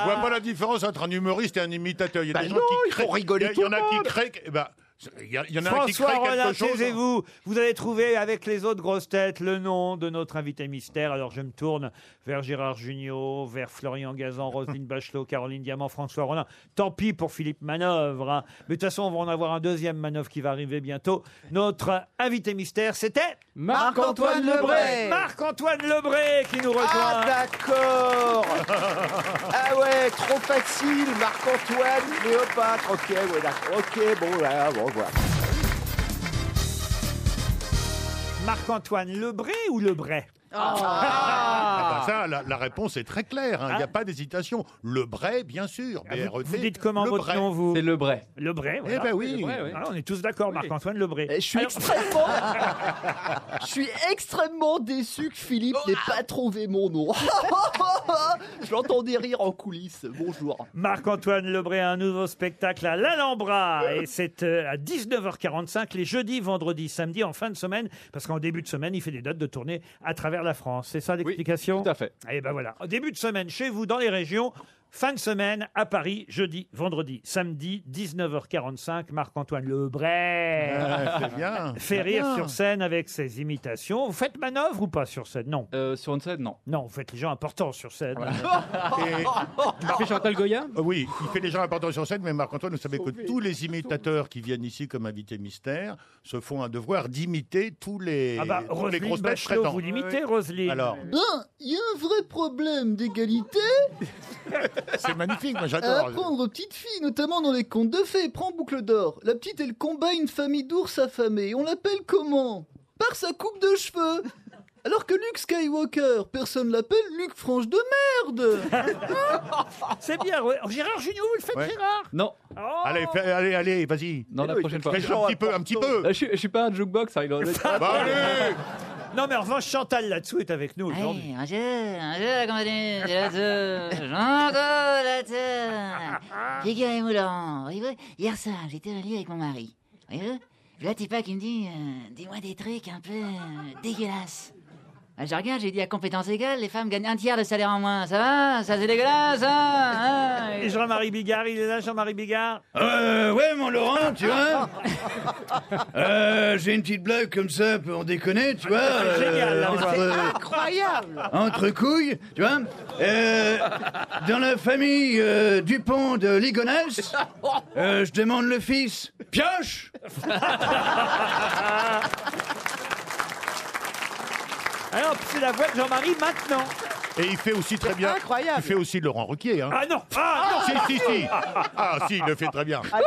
F: vois pas la différence entre un humoriste et un imitateur. Il y a
D: Bah
F: des gens
D: non,
F: qui
D: il faut
F: créent. il
D: rigoler
F: y a- il y en
D: tout le
F: a qui
D: monde.
F: créent. eh ben, Il y, a- il y en a un qui
B: François
F: crée quelque
B: Rollin,
F: chose. hein.
B: taisez-vous. Vous allez trouver avec les autres grosses têtes le nom de notre invité mystère. Alors je me tourne vers Gérard Jugnot, vers Florian Gazan, Roselyne Bachelot, Caroline Diamant, François Rollin. Tant pis pour Philippe Manœuvre. hein. Mais de toute façon, on va en avoir un deuxième manœuvre qui va arriver bientôt. Notre invité mystère, c'était
K: Marc-Antoine Lebray.
B: Marc-Antoine Lebray qui nous rejoint.
F: Ah,
D: d'accord Ah ouais, trop facile, Marc-Antoine, Léopâtre, ok, ouais, d'accord, ok, bon, là, bon, voilà.
B: Marc-Antoine Lebray ou Lebray
K: Oh.
F: Ah bah ça, la, la réponse est très claire. hein. Il n'y a pas d'hésitation. Le Bray, bien sûr.
B: Ah.
F: E
B: vous, vous dites comment votre nom, vous C'est Lebray. Lebray, voilà.
F: Eh ben oui.
B: Ah, on est tous d'accord, Marc-Antoine Lebray.
Q: Eh, Je suis,
B: Alors-
Q: extrêmement... je suis extrêmement déçu que Philippe n'ait pas trouvé mon nom. je l'entendais rire en coulisses. Bonjour.
B: Marc-Antoine Lebray a un nouveau spectacle à l'Alhambra et c'est euh, à 19h45 les jeudis, vendredis, samedis en fin de semaine parce qu'en début de semaine il fait des dates de tournée à travers la France. C'est ça l'explication Tout à fait. Et ben voilà, en début de semaine chez vous dans les régions, fin de semaine à Paris, jeudi, vendredi, samedi, 19h45. Marc-Antoine Lebray
F: Ah, c'est bien.
B: fait
F: C'est
B: rire
F: bien.
B: sur scène avec ses imitations. Vous faites manœuvre ou pas sur scène Non.
R: Euh,
B: sur une scène, non. Non, vous faites les gens importants sur scène.
R: Ah,
F: Chantal Goya Euh, Oui, il fait des gens importants sur scène, mais Marc-Antoine, vous savez que tous les imitateurs qui viennent ici comme invités mystères se font un devoir d'imiter tous les,
B: Ah bah,
F: tous les
B: Roselyne
F: grosses têtes
B: Bachelot,
F: traitantes.
B: vous l'imitez, Roselyne
F: Alors,
Q: Ben, il y a un vrai problème d'égalité
F: c'est magnifique, moi
Q: à
F: Ah, bah,
C: Euh,
F: j'adore.
Q: apprendre aux petites filles, notamment dans les contes de fées. Prends boucle d'or. La petite, elle combat une famille d'ours affamés. On l'appelle comment Par sa coupe de cheveux. Alors que Luke Skywalker, personne l'appelle Luke Franche de merde.
B: C'est bien, Gérard Junior, vous le faites,
F: Ouais.
B: Gérard
R: Non.
F: Allez, fais- allez, allez, vas-y.
R: Non, la prochaine fois.
F: Fais un petit peu, un petit peu.
R: Je, suis- je suis pas un jukebox. hein, il en est-
B: Non, mais en revanche, Chantal là-dessous est avec
R: Ah,
B: nous aujourd'hui.
S: Un jeu, un jeu, la compagnie, j'ai la teuf, j'en colle la teuf. Figurez-vous, Laurent, voyez-vous, hier soir, j'étais au lit avec mon mari. Voyez-vous, là, Tipa qui me dit, euh, dis-moi des trucs un peu euh, dégueulasses. Ah, je regarde, j'ai dit à compétence égale, les femmes gagnent un tiers de salaire en moins. Ça va Ça, c'est dégueulasse, hein, hein
B: Et Jean-Marie Bigard, il est là, Jean-Marie Bigard
T: Euh, ouais, mon Laurent, tu vois. Euh, J'ai une petite blague comme ça, on déconner, tu vois. euh,
K: Génial, là,
T: entre-
K: incroyable.
T: entre couilles, tu vois. Euh, dans la famille euh, Dupont de Ligonesse, euh, je demande le fils. Pioche
B: Alors, c'est la voix de Jean-Marie maintenant.
F: Et il fait aussi très bien. Il fait aussi Laurent Ruquier. hein.
B: Ah non Ah non
F: Si, si, si Ah si, il le fait très bien.
U: Ah,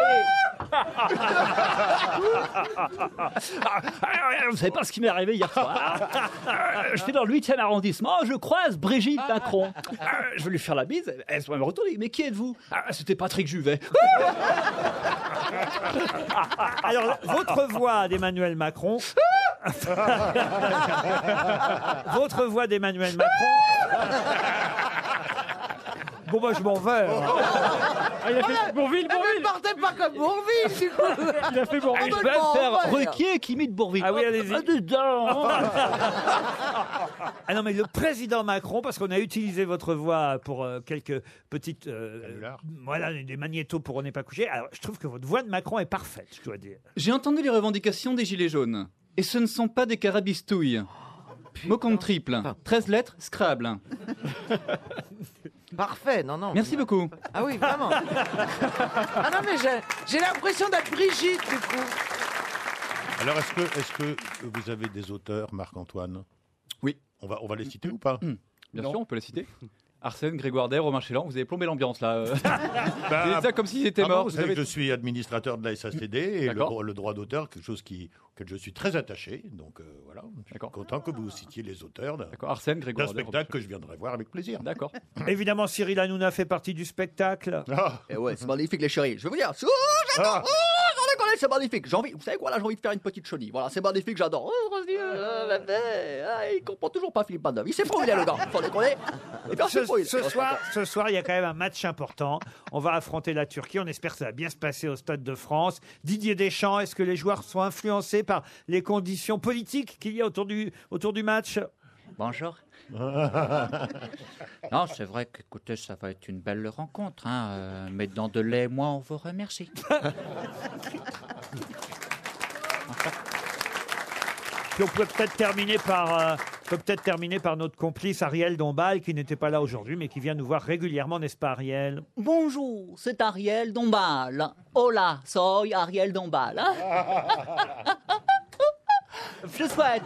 U: Vous savez pas ce qui m'est arrivé hier soir. Euh, J'étais dans le 8e arrondissement, je croise Brigitte Macron. Euh, Je vais lui faire la bise, elle se met à me retourner. Mais qui êtes-vous Ah, C'était Patrick Juvet.
B: Alors, votre voix d'Emmanuel Macron. votre voix d'Emmanuel Macron. Bon, bah, je m'en vais. hein.
K: il a fait Bourville, Bourville. Ne partez pas comme Bourville, du coup.
U: Il a fait Bourville. Je
K: On me
U: vais
K: le
U: faire
K: prend,
U: Ruquier qui imite Bourville.
B: Ah oui, allez-y.
U: Ah, dedans.
B: Ah non, mais le président Macron, parce qu'on a utilisé votre voix pour euh, quelques petites. euh, voilà, des magnétos pour On n'est pas couché. Alors, je trouve que votre voix de Macron est parfaite, je dois dire.
R: J'ai entendu les revendications des Gilets jaunes. Et ce ne sont pas des carabistouilles.
H: Oh,
R: Mot compte triple. 13 lettres, Scrabble.
H: Parfait, Ben, non, non.
R: Merci beaucoup.
H: Ah oui, vraiment. ah non, mais j'ai- j'ai l'impression d'être Brigitte, du coup.
F: Alors, est-ce que, est que vous avez des auteurs, Marc-Antoine
R: Oui. Hmm.
F: On va, on va les citer ou pas
R: Bien
F: Non.
R: sûr, on peut les citer. Arsène, Grégoire Day, Romain Chélan, vous avez plombé l'ambiance là. Euh,
F: Bah,
R: vous dites ça comme s'ils étaient
F: ah bon,
R: morts.
F: vous
R: vous
F: savez
R: avez-
F: que je suis administrateur de la SACD et le,
R: D'accord.
F: dro- le droit d'auteur, quelque chose qui, auquel je suis très attaché. Donc euh, voilà, je suis content que vous citiez les auteurs d'un
R: Arsène,
F: d'un spectacle que je viendrai voir avec plaisir.
R: D'accord.
B: Évidemment, Cyril Hanouna fait partie du spectacle.
F: Ah.
U: Eh ouais, c'est magnifique les chéris. Je vais vous dire, c'est- oh, j'adore, oh, j'en ai collé, c'est magnifique. J'ai envie, vous savez quoi là, j'ai envie de faire une petite chenille. Voilà, c'est magnifique, j'adore. Oh, Roselyne, euh, bébé, ah, il comprend toujours pas Philippe Manœuvre. Il s'est il est le gars. Sans déconner. Et bien,
B: Ce,
R: c'est fou, il est.
B: ce soir, ce soir, il y a quand même un match important. On va affronter la Turquie. On espère que ça va bien se passer au Stade de France. Didier Deschamps, est-ce que les joueurs sont influencés par les conditions politiques qu'il y a autour du, autour du match
V: Bonjour. non, c'est vrai qu'écoutez, ça va être une belle rencontre. Hein. euh, Mesdames de lait, moi, on vous remercie.
B: Puis on peut peut-être terminer par euh, on peut peut-être terminer par notre complice Ariel Dombal qui n'était pas là aujourd'hui mais qui vient nous voir régulièrement, n'est-ce pas Ariel
V: Bonjour, c'est Ariel Dombal. Hola, soy Ariel Dombal. hein. Je souhaite,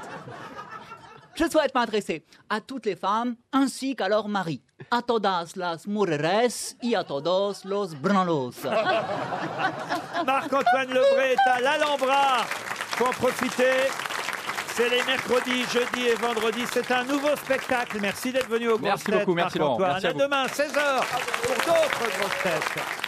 V: je souhaite m'adresser à toutes les femmes ainsi qu'à leurs maris. A todas las mujeres y a todos los branos.
B: Marc-Antoine Lebré est à l'Alhambra. Faut en profiter. C'est les mercredis, jeudi et vendredis. C'est un nouveau spectacle. Merci d'être venu au
E: Merci beaucoup, merci Laurent.
B: Marc-Antoine.
E: Merci à vous.
B: à demain, 16h, pour d'autres grosses têtes.